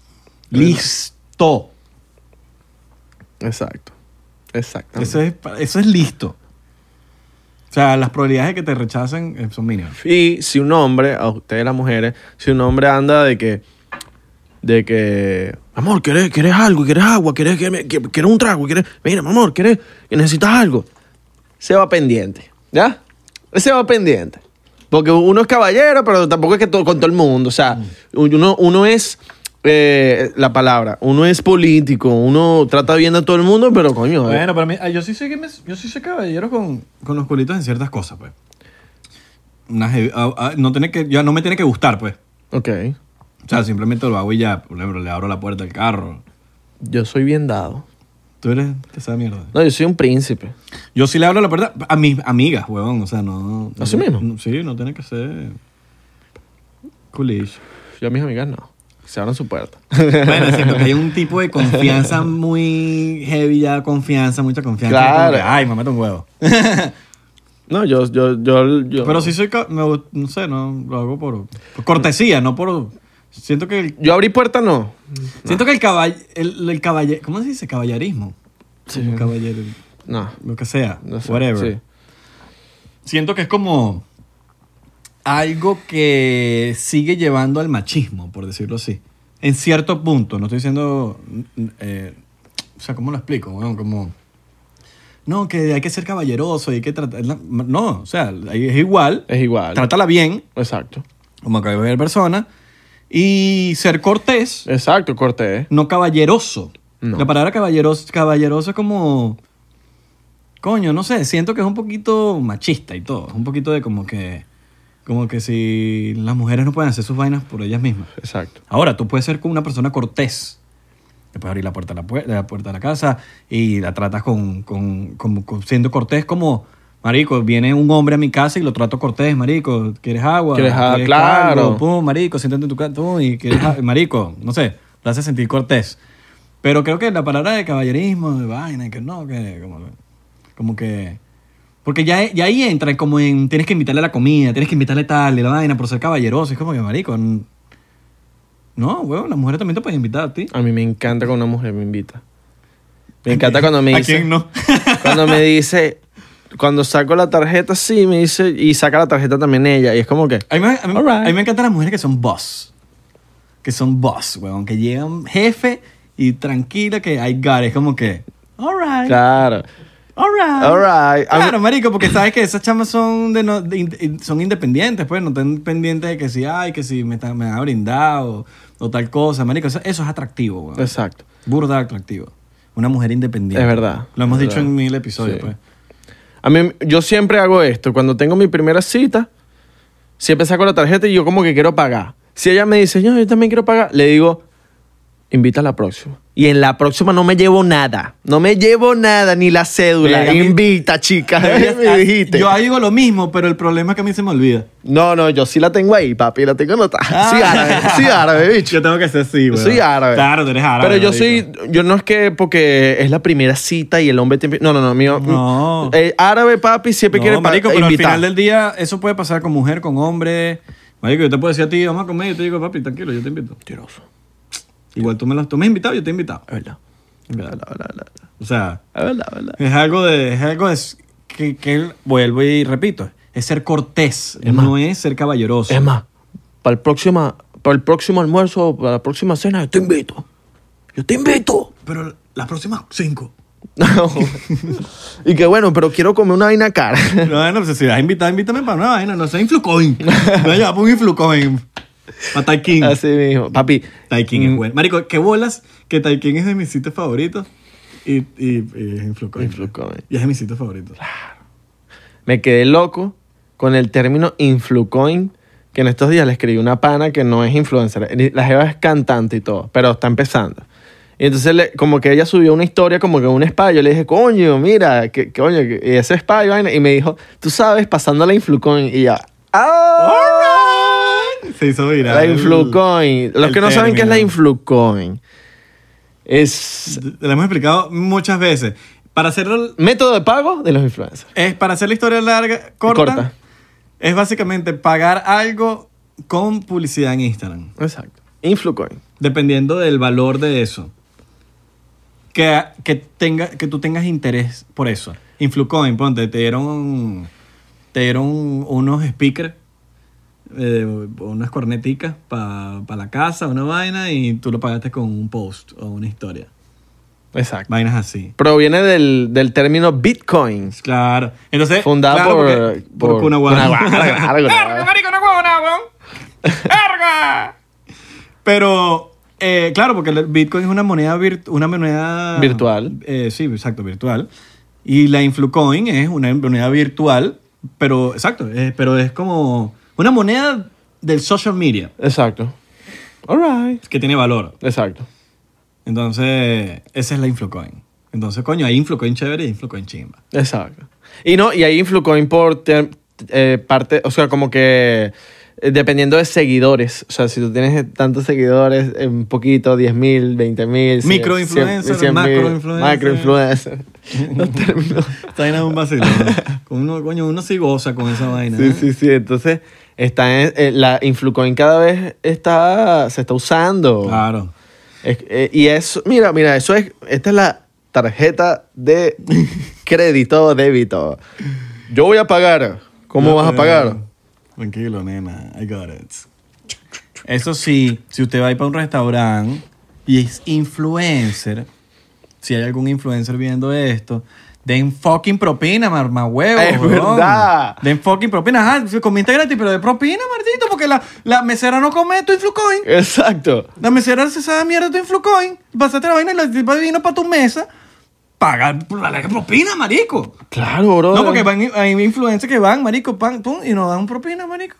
Listo.
Exacto. Exacto.
Eso es, pa- eso es listo. O sea, las probabilidades de que te rechacen eh, son mínimas.
Y si un hombre, a ustedes las mujeres, si un hombre anda de que. De que. Amor, ¿quieres, quieres algo? ¿Quieres agua? ¿Quieres, quieres, quieres un trago? ¿Quieres. Mira, mi amor, ¿quieres. ¿Necesitas algo? Se va pendiente. ¿Ya? Se va pendiente. Porque uno es caballero, pero tampoco es que todo, con todo el mundo. O sea, uno, uno es. eh, la palabra. Uno es político. Uno trata bien a todo el mundo, pero coño. eh,
Bueno, para mí, ah, yo sí soy, que me- yo sí soy caballero con, con los culitos en ciertas cosas, pues. Una heavy- ah, ah, no, tiene que, ya no me tiene que gustar, pues.
Ok.
O sea, simplemente lo hago y ya, por ejemplo, le abro la puerta al carro.
Yo soy bien dado.
Tú eres esa mierda.
No, yo soy un príncipe.
Yo sí le abro la puerta a mis amigas, huevón. O sea, no.
¿Así
no-
mismo?
no- sí, no tiene que ser. Coolish.
Yo a mis amigas no. Que se abran su
<laughs>
puerta.
Bueno, es cierto que hay un tipo de confianza muy heavy, ya confianza, mucha confianza.
Claro.
Como que, Ay, mamá, un huevo.
No, yo, yo, yo, yo.
Pero sí soy. ca- me gust- no sé, no. Lo hago por, por cortesía, no por. Siento que el.
Yo abrí puerta, no.
Siento que el caball. El, el caballe- ¿Cómo se dice? Caballerismo. Sí. caballero.
No.
Lo que sea.
no sé,
Whatever.
sí.
Siento que es como algo que sigue llevando al machismo, por decirlo así. En cierto punto, no estoy diciendo... mm, eh, o sea, ¿cómo lo explico? weón? como... No, que hay que ser caballeroso y hay que tratar... No, o sea, ahí es igual.
Es igual.
Trátala bien,
Exacto.
como cualquier persona. Y ser cortés,
Exacto, corté. ¿eh?
no caballeroso.
No.
La palabra caballeroso, caballeroso es como... Coño, no sé, siento que es un poquito machista y todo. Es un poquito de como que... Como que si las mujeres no pueden hacer sus vainas por ellas mismas.
Exacto.
Ahora, tú puedes ser como una persona cortés. Le puedes abrir la puerta, de la, pue- la puerta de la casa y la tratas con, con- con- con- siendo cortés como... Marico, viene un hombre a mi casa y lo trato cortés, marico. ¿Quieres agua?
¿Quieres agua?
caldo?
Claro.
Pum, marico, siéntate en tu casa. Pum, y quieres agua. Marico, no sé, lo hace sentir cortés. Pero creo que la palabra de caballerismo, de vaina, que no, que como, como que... Porque ya, ya ahí entra como en tienes que invitarle a la comida, tienes que invitarle tal, y la vaina, por ser caballeroso. Es como que, marico, n- no, huevón, las mujeres también te pueden invitar a ti.
A mí me encanta cuando una mujer me invita. Me encanta cuando me
¿A
dice.
quién no?
<laughs>
<laughs>
cuando me dice. Cuando saco la tarjeta, sí, me dice. Y saca la tarjeta también ella. Y es como que.
A mí, me- a mí-
All right.
a mí me encantan las mujeres que son boss. Que son boss, huevón. Que llegan jefe y tranquila que hay got it. Es como que, all right,
Claro.
all right.
All right. A mí-
Claro, marico, porque sabes que esas chamas son de no- de in- in- son independientes, pues. No están pendientes de que si, ay, que si me, están- me van a brindar o, o tal cosa, marico. Eso, eso es atractivo, huevón.
Exacto.
Burda atractivo. Una mujer independiente.
Es verdad.
Lo hemos
Es
dicho
verdad.
en mil episodios,
Sí.
pues.
A mí, yo siempre hago esto. Cuando tengo mi primera cita, siempre saco la tarjeta y yo como que quiero pagar. Si ella me dice, no, yo también quiero pagar, le digo, Invita a la próxima. Y en la próxima no me llevo nada. No me llevo nada, ni la cédula.
Mira, a mí- <laughs>
Invita, chicas. me dijiste.
Yo digo lo mismo, pero el problema es que a mí se me olvida.
No, no, yo sí la tengo ahí, papi. La tengo anotada. Sí, árabe. Sí, árabe, bicho.
Ah. Yo tengo que ser así,
Yo
güey.
soy árabe.
Claro, tú eres árabe.
Pero yo
marico.
soy, yo no es que porque es la primera cita y el hombre te... No, no, no, mío.
No.
Eh, árabe, papi, siempre quiere
No,
pa-
marico, pero al
invitar.
final del día eso puede pasar con mujer, con hombre. Marico, yo te puedo decir a ti, vamos a comer, yo te digo, papi, tranquilo, yo te invito.
Mentiroso.
Igual tú me, lo, tú me has invitado, yo te he invitado.
Es verdad. Es verdad, es verdad, es verdad.
O sea,
Es verdad, es verdad.
es algo de, es algo de- que, que vuelvo y repito, es ser cortés,
Es más-
no es ser caballeroso.
Es más, para el, próxima, para el próximo almuerzo o para la próxima cena, yo te invito. Yo te invito. <laughs>
Pero las próximas cinco.
y que bueno, pero quiero comer una vaina cara.
No, no, pues, si vas a invitar, invítame para una vaina, no sé,
<laughs>
Influcoin. Me voy a llevar para un Influcoin. Para Taikin.
Así mismo. Papi,
Taikin
Mm.
es bueno. Marico, qué bolas que Taikin es de mis sitios favoritos y, y, y es Influcoin.
Influcoin.
Y es de mis sitios favoritos.
me quedé loco con el término influcoin, que en estos días le escribí una pana que no es influencer. La jeva es cantante y todo, pero está empezando. Y entonces, le- como que ella subió una historia, como que un spa. Yo le dije, coño, mira, que, que coño, que- y ese spa. Y, vaina. y me dijo, tú sabes, pasando la influcoin. Y ya, ¡ah!
Se hizo viral.
La influcoin. Los
el
que no saben qué es la
término.
influcoin, es
La hemos explicado muchas veces. Para hacerlo,
método de pago de los influencers.
es para hacer la historia larga, corta,
Corta.
es básicamente pagar algo con publicidad en Instagram.
Exacto. Influcoin.
Dependiendo del valor de eso. Que, que, tenga, que tú tengas interés por eso. Influcoin, ponte, te dieron, te dieron unos speakers, eh, unas corneticas para la casa, una vaina, y tú lo pagaste con un post o una historia.
Exacto.
Vainas así.
proviene del, del término Bitcoin.
Claro. Entonces,
Fundada
claro,
por-
porque- por,
por
Kuna Guada.
Kuna Guada, claro, Kuna
<laughs>
Guada.
¡Erga, marico, no huevo nada, weón! ¡Erga! Pero, eh, claro, porque el Bitcoin es una moneda, virtu- una moneda
Virtual.
Eh, sí, exacto, virtual. Y la Influcoin es una moneda virtual, pero, exacto, eh, pero es como una moneda del social media
Exacto. All right.
que tiene valor.
Exacto.
Entonces, esa es la Influcoin. Entonces, coño, hay Influcoin chévere y Influcoin chimba.
Exacto. Y no, y ahí Influcoin por ter- eh, parte, o sea, como que eh, dependiendo de seguidores. O sea, si tú tienes tantos seguidores, eh, un poquito, 10 mil, 20 mil.
Microinfluencer, macroinfluencer.
<laughs> Macroinfluencer. Los términos.
Esta vaina es un vacilón. Con uno, coño, uno sí goza con esa vaina.
Sí,
¿eh?
sí, sí. Entonces, está en- eh, la Influcoin cada vez está, se está usando.
Claro.
Es- eh, y eso, mira, mira, eso es, esta es la tarjeta de crédito o débito. Yo voy a pagar. ¿Cómo
Yo,
vas a
eh,
pagar?
Tranquilo, nena. I got it. Eso sí, si usted va a ir para un restaurante y es influencer, si hay algún influencer viendo esto, den fucking propina, marmahuevo.
Es
huevón.
verdad.
Den fucking propina. Ajá, si comiste gratis, pero de propina, martito, porque la, la mesera no come tu influcoin.
Exacto.
La mesera se sabe mierda tu influcoin. Pasaste la vaina y la tipa vino para tu mesa. Paga la propina, marico.
Claro, bro.
No, porque van, hay influencers que van, marico, pan, pum, y nos dan propina, marico.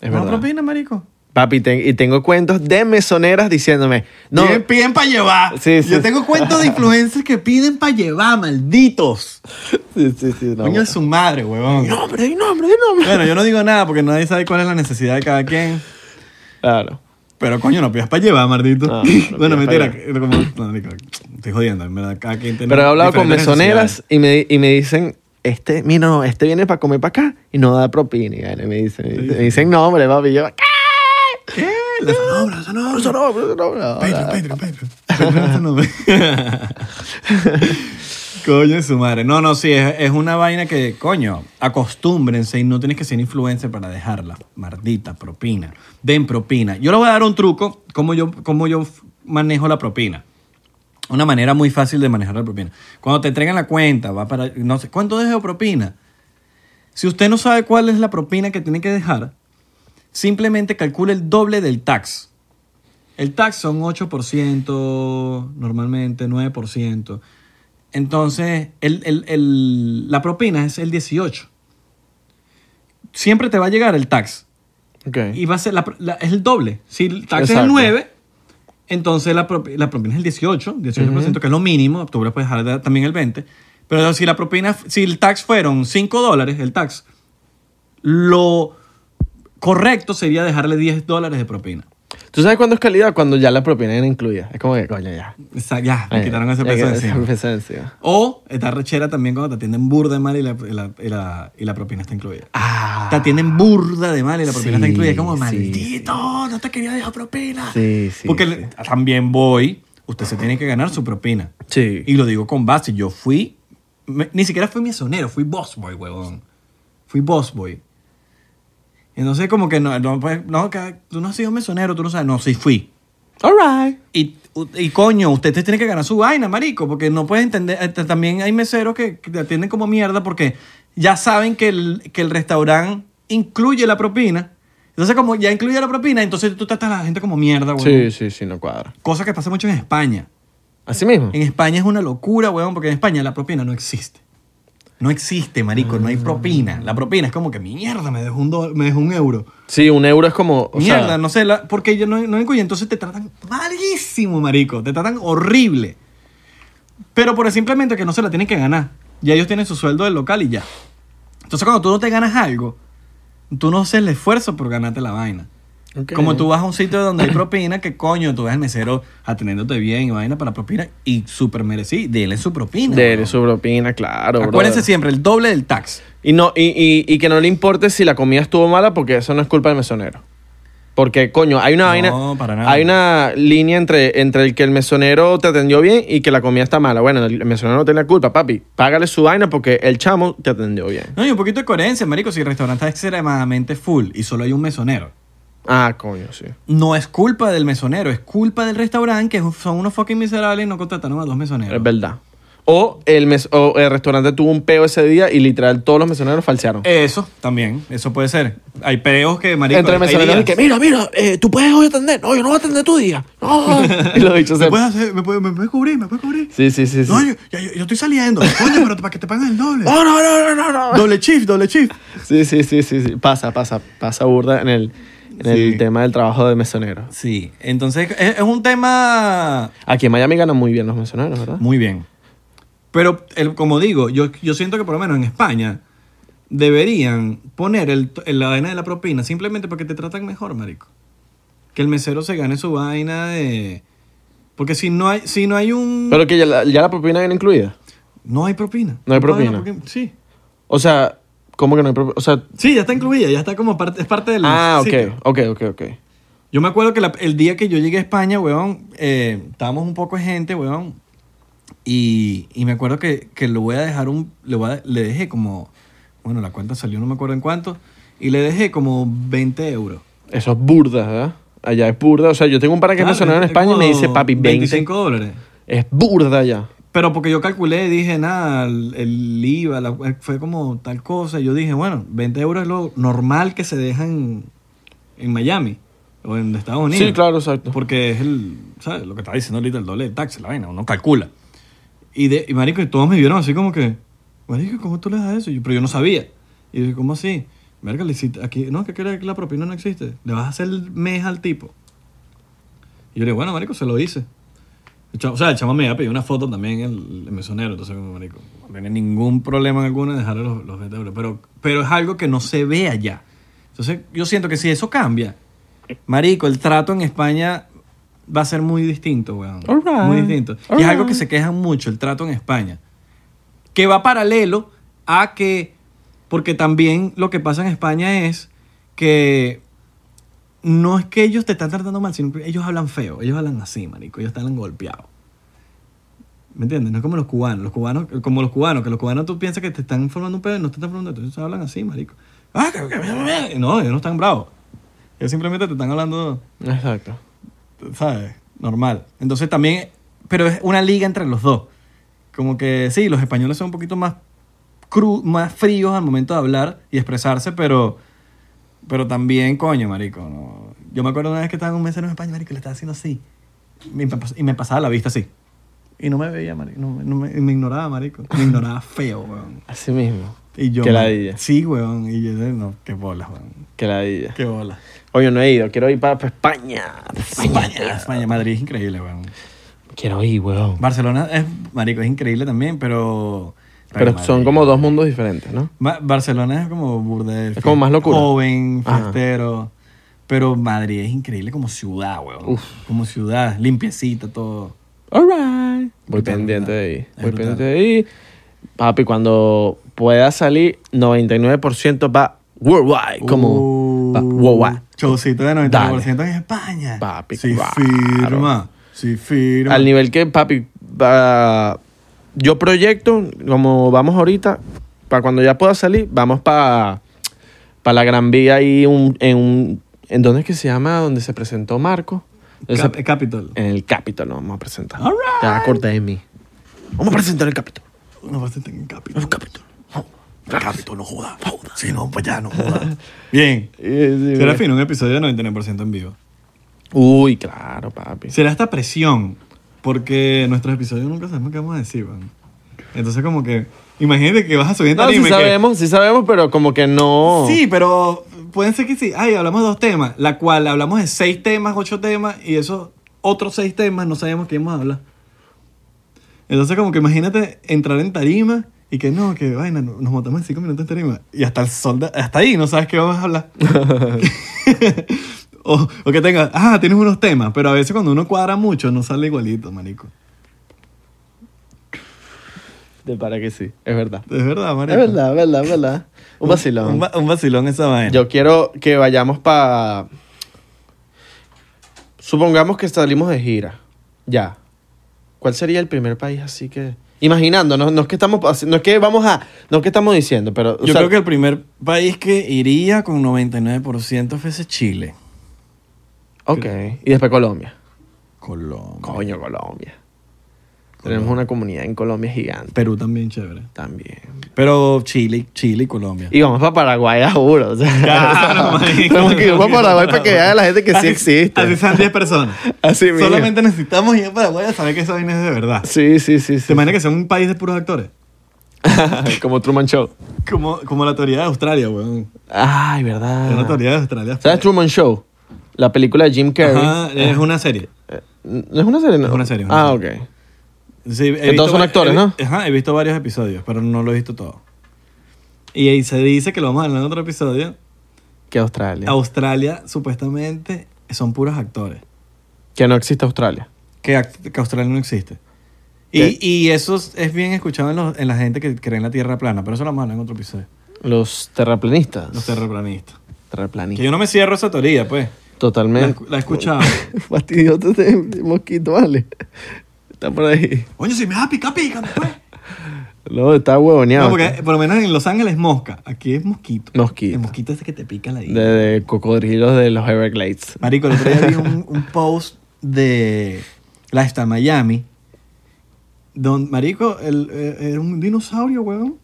Es
Nos dan
verdad.
propina, marico.
Papi, te- y tengo cuentos de mesoneras diciéndome, no,
Piden, para llevar.
Sí, sí.
Yo tengo cuentos de influencers que piden para llevar, malditos.
<laughs> sí, sí, sí, no.
Coño de su madre, huevón.
nombre, di nombre, di nombre.
Bueno, yo no digo nada porque nadie sabe cuál es la necesidad de cada quien.
Claro.
Pero coño, no pidas para llevar, mardito. <laughs>
No, no pidas
bueno,
pa'
mentira.
llevar.
que- como- no, marico, estoy jodiendo, en verdad. Cada quien tiene
Pero he hablado con
diferentes
mesoneras y me, y me dicen, este, mira, no, este viene para comer para acá y no da propina. Y vale, me dicen, me dicen, me dicen nombre, papi. Y yo, ¿qué?
necesidades. ¿Qué? La sonobra, la sonobra.
No, no, no, no, no.
Patreon, Patreon, Patreon. Patreon, eso no me- <laughs> coño, de su madre. No, no, sí, es, es una vaina que, coño, acostúmbrense y no tienes que ser influencer para dejarla. Mardita, propina. Den propina. Yo les voy a dar un truco, cómo yo, cómo yo f- manejo la propina. Una manera muy fácil de manejar la propina. Cuando te entregan la cuenta, va para, no sé, ¿cuánto dejo de propina? Si usted no sabe cuál es la propina que tiene que dejar, simplemente calcule el doble del tax. El tax son 8%, normalmente 9%. Entonces, el- el- el- la propina es el 18%. Siempre te va a llegar el tax.
Ok.
Y va a ser la, pro- la- es el doble. Si el tax es
Exacto.
el 9, Entonces la, propi- la propina es el 18, 18%, que es lo mínimo. Tú la puedes dejar de- también el 20. Pero si la propina, si el tax fueron 5 dólares, el tax, lo correcto sería dejarle 10 dólares de propina.
¿Tú sabes cuándo es calidad? Cuando ya la propina era incluida. Es como que, coño, ya.
O sea, ya, me
Eh,
quitaron ese
ya
peso
que-
de encima.
peso de encima.
O está rechera también cuando te atienden burda de mal y la, y la- y la- y la propina está incluida.
Ah.
Te atienden burda de mal y la propina está
Sí,
incluida. Es como,
sí,
maldito, no te quería dejar propina.
Sí, sí.
Porque
sí.
le- también voy, usted se tiene que ganar su propina.
Sí.
Y lo digo con base, yo fui, me- ni siquiera fui mesonero, fui boss boy, huevón. Fui boss boy. Entonces como que no, no, pues, no, que tú no has sido mesonero, tú no sabes, no, sí fui.
All right.
Y, u- y coño, usted te tiene que ganar su vaina, marico, porque no puedes entender. eh, t- También hay meseros que, que te atienden como mierda porque ya saben que el, que el restaurante incluye la propina. Entonces, como ya incluye la propina, entonces tú tratas a la gente como mierda, weón.
Sí, sí, sí, no cuadra.
Cosa que pasa mucho en España.
Así mismo.
En España es una locura, weón, porque en España la propina no existe. No existe, marico, no hay propina. La propina es como que mierda, me dejó un, do- me dejó un euro.
Sí, un euro es como. o sea,
Mierda, no sé, la- porque ellos no, no incluyen. Entonces te tratan malísimo, marico. Te tratan horrible. Pero por el simplemente que no se la tienen que ganar. Ya ellos tienen su sueldo del local y ya. Entonces cuando tú no te ganas algo, tú no haces el esfuerzo por ganarte la vaina.
ok.
Como tú vas a un sitio donde hay propina, que coño, tú ves al mesero atendiéndote bien y vaina para propina y súper merecí. Dele su propina.
Dele
bro.
su propina, claro.
Acuérdense
brother.
siempre, el doble del tax.
Y, no, y, y, y que no le importe si la comida estuvo mala, porque eso no es culpa del mesonero. Porque, coño, hay una
No,
vaina.
para nada.
Hay una línea entre, entre el que el mesonero te atendió bien y que la comida está mala. Bueno, el mesonero no tiene la culpa, papi. Págale su vaina porque el chamo te atendió bien.
No, y un poquito de coherencia, marico. Si el restaurante está extremadamente full y solo hay un mesonero,
Ah, coño, sí.
no es culpa del mesonero, es culpa del restaurante que son unos fucking miserables y no contrataron a dos mesoneros.
Es verdad. O el, mes, o el restaurante tuvo un peo ese día y literal todos los mesoneros falsearon.
Eso también, eso puede ser. Hay peos que, Eh, marico,
Entre
hay
mesoneros y
días.
que, mira, mira, eh, tú puedes hoy atender. No, yo no voy a atender tu
<laughs>
día. No. <laughs> y los bichos
¿Me
se...
puedes, hacer- me, puedes, me puedes cubrir? ¿Me puedes cubrir?
Sí, sí, sí. sí.
No, yo, ya- yo- yo estoy saliendo. Coño, pero para que te paguen el doble.
<laughs> No, no, no, no, no, no.
doble shift, doble shift.
Sí, sí, sí, sí, sí. Pasa, pasa, pasa burda en el, en el
Sí.
tema del trabajo de mesonero.
Sí, entonces es, es un tema
Aquí en Miami ganan muy bien los mesoneros, ¿verdad?
muy bien. Pero el- como digo, yo, yo siento que por lo menos en España deberían poner el, el- la vaina de la propina simplemente porque te tratan mejor, marico. Que el mesero se gane su vaina de... Porque si no hay, si no hay un...
Pero que ya la, ya la propina viene incluida.
no hay propina.
No hay
pagan la
propina.
Sí.
O sea, ¿cómo que no hay propina? O sea,
Sí, ya está incluida, ya está como parte, es parte del...
ah, ok,
sitio.
ok, ok, ok.
Yo me acuerdo que la- el día que yo llegué a España, weón, eh, estábamos un poco de gente, weón. Y, y me acuerdo que, que le voy a dejar un. Le, voy a- le dejé como. Bueno, la cuenta salió, no me acuerdo en cuánto. Y le dejé como 20 euros.
Eso es burda, ¿verdad? Allá es burda. O sea, yo tengo un pana que es
Claro,
mesonero en
es
España y me
como
dice, papi, 20.
25 dólares.
Es burda ya.
Pero porque yo calculé, dije, nada, el, el IVA la- eh, fue como tal cosa. y Yo dije, bueno, 20 euros es lo normal que se deja en, en Miami o en Estados Unidos.
Sí, claro, exacto.
Porque es el, ¿sabes? Lo que estaba diciendo ahorita, el doble de taxi, la vaina, uno calcula. Y, de, y marico, y todos me vieron así como que, marico, ¿cómo tú le das eso? Y yo, pero yo no sabía. Y yo, ¿cómo así? Verga, le hiciste- aquí, no, que creo que la propina no existe. Le vas a hacer el mes al tipo. Y yo le digo, bueno, marico, se lo hice. El chamo- o sea, el chamo me había pedido una foto también, el, el mesonero. Entonces, como, marico, no tiene ningún problema en alguna en dejarle los, los 20 euros. Pero, pero es algo que no se ve allá. Entonces, yo siento que si eso cambia, marico, el trato en España va a ser muy distinto, weón.
All right.
Muy distinto. y
All
es algo que
right.
se quejan mucho, el trato en España. Que va paralelo a que... Porque también lo que pasa en España es que no es que ellos te están tratando mal, sino que ellos hablan feo, ellos hablan así, marico, ellos están golpeados. ¿Me entiendes? No es como los cubanos, los cubanos, como los cubanos, que los cubanos tú piensas que te están formando un pedo y no te están formando, entonces hablan así, marico. Ah, que- que- que- No, ellos no están bravos. Ellos simplemente te están hablando,
Exacto.
¿sabes? Normal. Entonces también, pero es una liga entre los dos. Como que sí, los españoles son un poquito más, cru, más fríos al momento de hablar y expresarse, pero, pero también, coño, marico. no. Yo me acuerdo una vez que estaba en un mesero en España, marico, y le estaba haciendo así. Y me, pas- y me pasaba la vista así. Y no me veía, marico. no me- no me, y me ignoraba, marico. Me ignoraba <laughs> feo, weón.
Así mismo.
Y yo,
Qué
man,
ladilla.
Sí, weón. Y yo, no, qué bolas, weón.
Que la idea.
Qué bolas.
Oye, no he ido. Quiero ir para España.
España, España, Madrid es increíble, weón.
Quiero ir, weón.
Barcelona es, marico, es increíble también, pero...
Pero son
Madrid,
como dos mundos diferentes, ¿no?
Ma- Barcelona es como burdel.
Es como más locura.
Joven,
Ajá.
fiestero. Pero Madrid es increíble como ciudad, weón.
Uf.
Como ciudad, limpiecita, todo.
Alright. Voy
Brutal, brutal.
pendiente de ahí.
Es
Voy
brutal.
pendiente de ahí. Papi, cuando pueda salir, 99% va worldwide. Como
Uh,
va worldwide.
Showcito de 90% en España.
Papi,
Sí
claro.
firma. Sí firma.
Al nivel que, papi, va- yo proyecto, como vamos ahorita, para cuando ya pueda salir, vamos para pa la Gran Vía ahí un- en un... ¿En dónde es que se llama? Donde se presentó Marco. Él se-
Cap- Capitol.
en el Capitol nos vamos a presentar.
All right.
Te vas a cortar de mí. Vamos a presentar el Capitol.
No vas a tener Capitol.
El Capitol.
Capitol, no joda. Si no, pues ya no joda. Bien. Será fino un episodio de 99% en vivo.
Uy, claro, papi.
Será esta presión, porque nuestros episodios nunca sabemos qué vamos a decir, man. Entonces como que, imagínate que vas a subir en
No, sí
tarima y que-
sabemos, sí sabemos, pero como que no.
Sí, pero pueden ser que sí. Ay, hablamos de dos temas, la cual hablamos de seis temas, ocho temas, y esos otros seis temas no sabemos qué íbamos a hablar. Entonces como que imagínate entrar en tarima y que no, que vaina, no- nos montamos en cinco minutos en tarima. Y hasta el sol, de- hasta ahí no sabes qué vamos a
<laughs>
hablar. o, o que tengas, ah, tienes unos temas, pero a veces cuando uno cuadra mucho no sale igualito, marico.
De para que sí, es verdad.
Es verdad,
Es
marico.
verdad, es verdad, es verdad. Un vacilón.
Un, va- un vacilón esa vaina.
Yo quiero que vayamos para. Supongamos que salimos de gira. Ya. ¿Cuál sería el primer país así que.? Imaginando, no, no es que estamos. haci- No es que vamos a. No es que estamos diciendo, pero. o
Yo
sea,
creo que el primer país que iría con 99% fuese Chile.
Ok. Y después Colombia.
Colombia.
Coño, Colombia. Tenemos una comunidad en Colombia gigante
Perú también chévere.
también.
Pero Chile, Chile y Colombia. <laughs>
Y vamos para Paraguay, a juro. O sea,
Claro,
<laughs>
marico.
Tenemos que ir para Paraguay para que vea la gente que sí existe.
Así
Así,
sean 10 personas.
mismo.
Solamente necesitamos ir a Paraguay a saber que esa vaina es de verdad.
Sí, sí, sí.
¿Te
sí.
imaginas que sea un país de puros actores?
<laughs> Como Truman Show.
Como, como la teoría de Australia, weón. Es
Ay,
una
verdad.
teoría de Australia.
Ah. ¿Sabes Truman Show? La película de Jim Carrey.
Ajá, es una serie.
Eh, ¿No es una serie? No?
Es una serie, es una
Ah, ok.
serie. Sí, he
Que todos son
va-
actores,
he-
¿no?
Ajá, he visto varios episodios, pero no lo he visto todo. Y ahí se dice que lo vamos a hablar en otro episodio.
Que Australia.
Australia, supuestamente, son puros actores.
que no existe Australia.
Que, act- que Australia no existe.
¿Qué?
Y, y eso es- es bien escuchado en, los- en la gente que cree en la Tierra plana, pero eso lo vamos a hablar en otro episodio.
Los terraplanistas.
Los terraplanistas. Que
terraplanistas.
yo no me cierro esa teoría, pues. La,
Totalmente.
escu- la he
<laughs>
escuchado.
Fastidioso de mosquito, vale. Está por ahí.
Oye, si me vas a picar, pícame, pues.
No, está huevoneado.
No, porque por lo menos en Los Ángeles es mosca. Aquí es mosquito.
Mosquito.
El mosquito ese que te pica la
De, de cocodrilos de los Everglades.
Marico, el otro día vi un, un post de Lifestyle Miami. Don, marico, el- eh, era un dinosaurio, weón.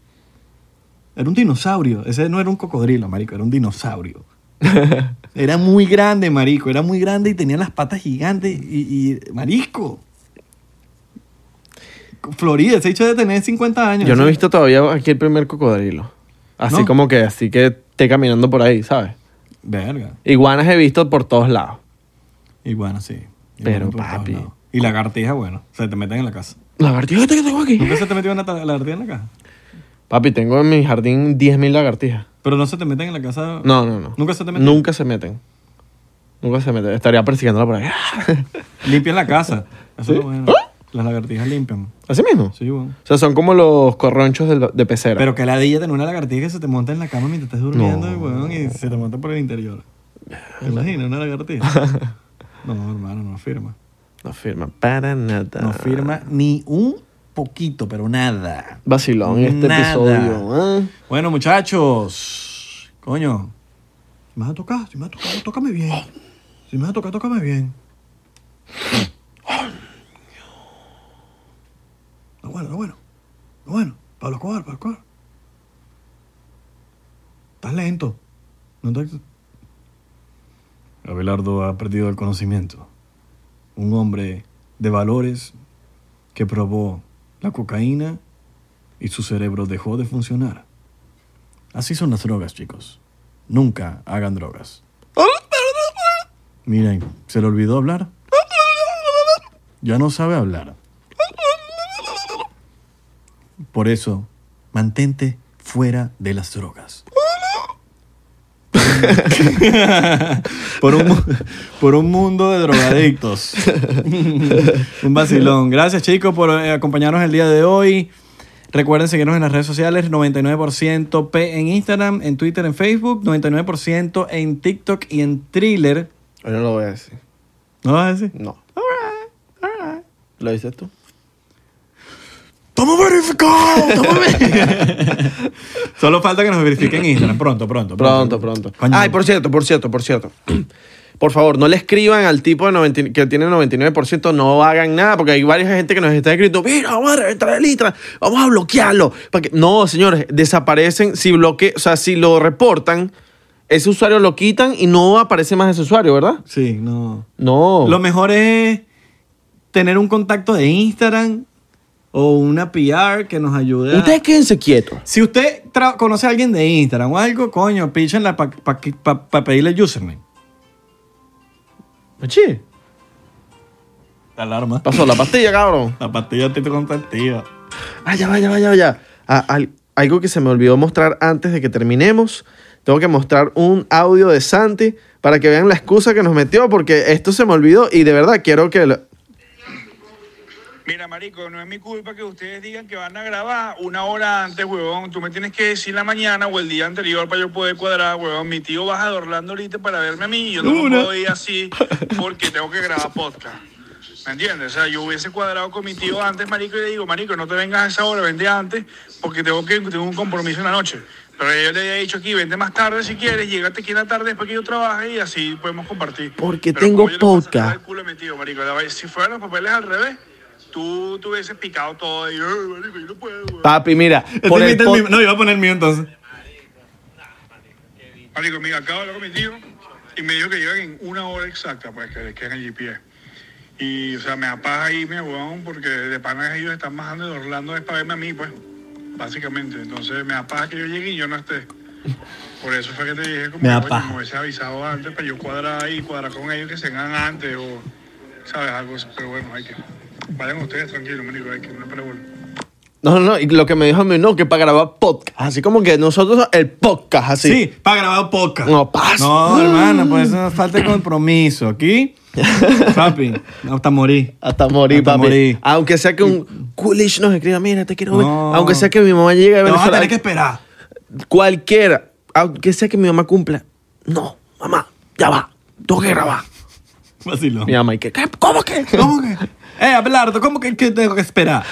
Era un dinosaurio. Ese no era un cocodrilo, marico. Era un dinosaurio. Era muy grande, marico. Era muy grande y tenía las patas gigantes. Y, y- marico. Florida, se ha dicho de tener 50 años.
<laughs> Yo no he visto todavía aquí el primer cocodrilo. Así
No.
como que, así que esté caminando por ahí, ¿sabes?
Verga.
Iguanas he visto por todos lados.
Iguana, sí.
Pero,
Iguana por todos
papi.
lados. Y lagartija, bueno. Se te meten en la casa.
Lagartijas que tengo aquí.
¿Nunca se te metió una ta- lagartija en la casa?
Papi, tengo en mi jardín 10.000 lagartijas.
Pero no se te meten en la casa.
No, no, no.
Nunca se te meten.
Nunca se meten. Nunca se meten. Estaría persiguiéndola por ahí. <laughs>
Limpian la casa. Eso es lo bueno.
¿Ah?
Las lagartijas limpian.
Así mismo.
Sí, bueno.
O sea, son como los corronchos del- de, pecera.
Pero que ladilla tener una lagartija que se te monta en la cama mientras estás durmiendo
No.
y, weón, y se te monta por el interior. ¿Te imaginas una
<laughs>
lagartija? no, hermano, no firma.
No firma para nada.
No firma ni un poquito, pero nada.
Vacilón este
Nada.
episodio. ¿eh?
Bueno, muchachos. Coño. Si me vas a tocar, si me vas a tocar, tócame bien. Si me vas a tocar, tócame bien. Lo bueno, lo bueno. Lo bueno. Pablo Escobar, Pablo Escobar. Estás lento. No te... Abelardo ha perdido el conocimiento. Un hombre de valores que probó la cocaína y su cerebro dejó de funcionar. Así son las drogas, chicos. Nunca hagan drogas. Miren, se le olvidó hablar. Ya no sabe hablar. Por eso, mantente fuera de las drogas. <laughs> Por un, mu- por un mundo de <laughs> drogadictos. un vacilón. Gracias, chicos, por eh, acompañarnos el día de hoy. Recuerden seguirnos en las redes sociales, 99% P en Instagram, en Twitter, en Facebook, 99% en TikTok y en Thriller.
Yo no lo voy a decir.
¿No vas a decir?
<laughs> No. ¿Lo dices tú?
¡Estamos verificados! ¡Estamos verificados! Solo falta que nos verifiquen Instagram. Pronto, pronto.
<laughs> Pronto, pronto.
Coño.
Ay, por cierto, por cierto, por cierto. <clears throat> Por favor, no le escriban al tipo de 90 que tiene 99%, no hagan nada, porque hay varias gente que nos está escrito, mira, vamos a reventar el Instagram, vamos a bloquearlo. para que-". No, señores, desaparecen si bloque, o sea, si lo reportan, ese usuario lo quitan y no aparece más ese usuario, ¿verdad?
Sí, no.
No.
Lo mejor es tener un contacto de Instagram o una PR que nos ayude a...
Ustedes quédense quietos.
Si usted tra- conoce a alguien de Instagram o algo, coño, píchenla para pedirle el username.
Oye,
Alarma.
Pasó la pastilla, cabrón.
La pastilla te contactiva.
Ah, ya va, ya va, ya va, ya. Ah, al- algo que se me olvidó mostrar antes de que terminemos. Tengo que mostrar un audio de Santi para que vean la excusa que nos metió, porque esto se me olvidó y de verdad quiero que... lo-
Mira, marico, no es mi culpa que ustedes digan que van a grabar una hora antes, huevón. Tú me tienes que decir la mañana o el día anterior para yo poder cuadrar, huevón. Mi tío baja de Orlando ahorita para verme a mí. Yo no me
Una.
puedo ir así porque tengo que grabar podcast. ¿Me entiendes? O sea, yo hubiese cuadrado con mi tío antes, marico, y le digo, marico, no te vengas a esa hora, vente antes porque tengo que tengo un compromiso en la noche. Pero yo le había dicho aquí, vente más tarde si quieres, llegate aquí en la tarde después que yo trabaje y así podemos compartir.
Porque
Pero
tengo
como yo le voy a sacar
podcast.
el culo metido, marico. La vaina- Si fueran los papeles al revés, tú tú hubieses picado todo y, "Ay, marico, yo no puedo, weón".
Papi, mira, por
Este
el
invita el
pod-
mío. No, iba a poner el mío entonces.
Marico, mira, acabo de hablar con mi tío y me dijo que llegan en una hora exacta, pues, que, que en el GPS. Y, o sea, me apaga ahí, me huevón, porque de pana ellos están bajando de Orlando es para verme a mí, pues, básicamente. Entonces, me apaga que yo llegue y yo no esté. Por eso fue que te dije, como
Me
que,
apaga.
coño, me hubiese avisado antes para yo cuadrar ahí, cuadrar con ellos que se hagan antes o, ¿sabes? Algo, así. pero bueno, hay que... Vayan ustedes tranquilos, marico, hay que no pregunto.
No, no, no, y lo que me dijo a mí, no, que para grabar podcast, así como que nosotros el podcast, así.
Sí, para grabar podcast.
No pasa.
No, hermano, pues eso falta de compromiso.
<laughs>
Aquí, papi, hasta morí.
Hasta morir,
Hasta
papi.
morir.
Aunque sea que un coolish nos escriba, mira, te quiero ver.
No.
Aunque sea que mi mamá llegue a
Te vas a
Venezuela.
tener que esperar.
cualquiera, aunque sea que mi mamá cumpla, no, mamá, ya va, tengo que grabar.
Vacilón.
Mi mamá, ¿y qué? ¿Qué? ¿Cómo que?
¿Cómo que? Eh, Abelardo, ¿cómo que, que tengo que
<laughs>
esperar?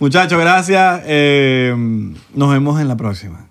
Muchachos, gracias. Eh, nos vemos en la próxima.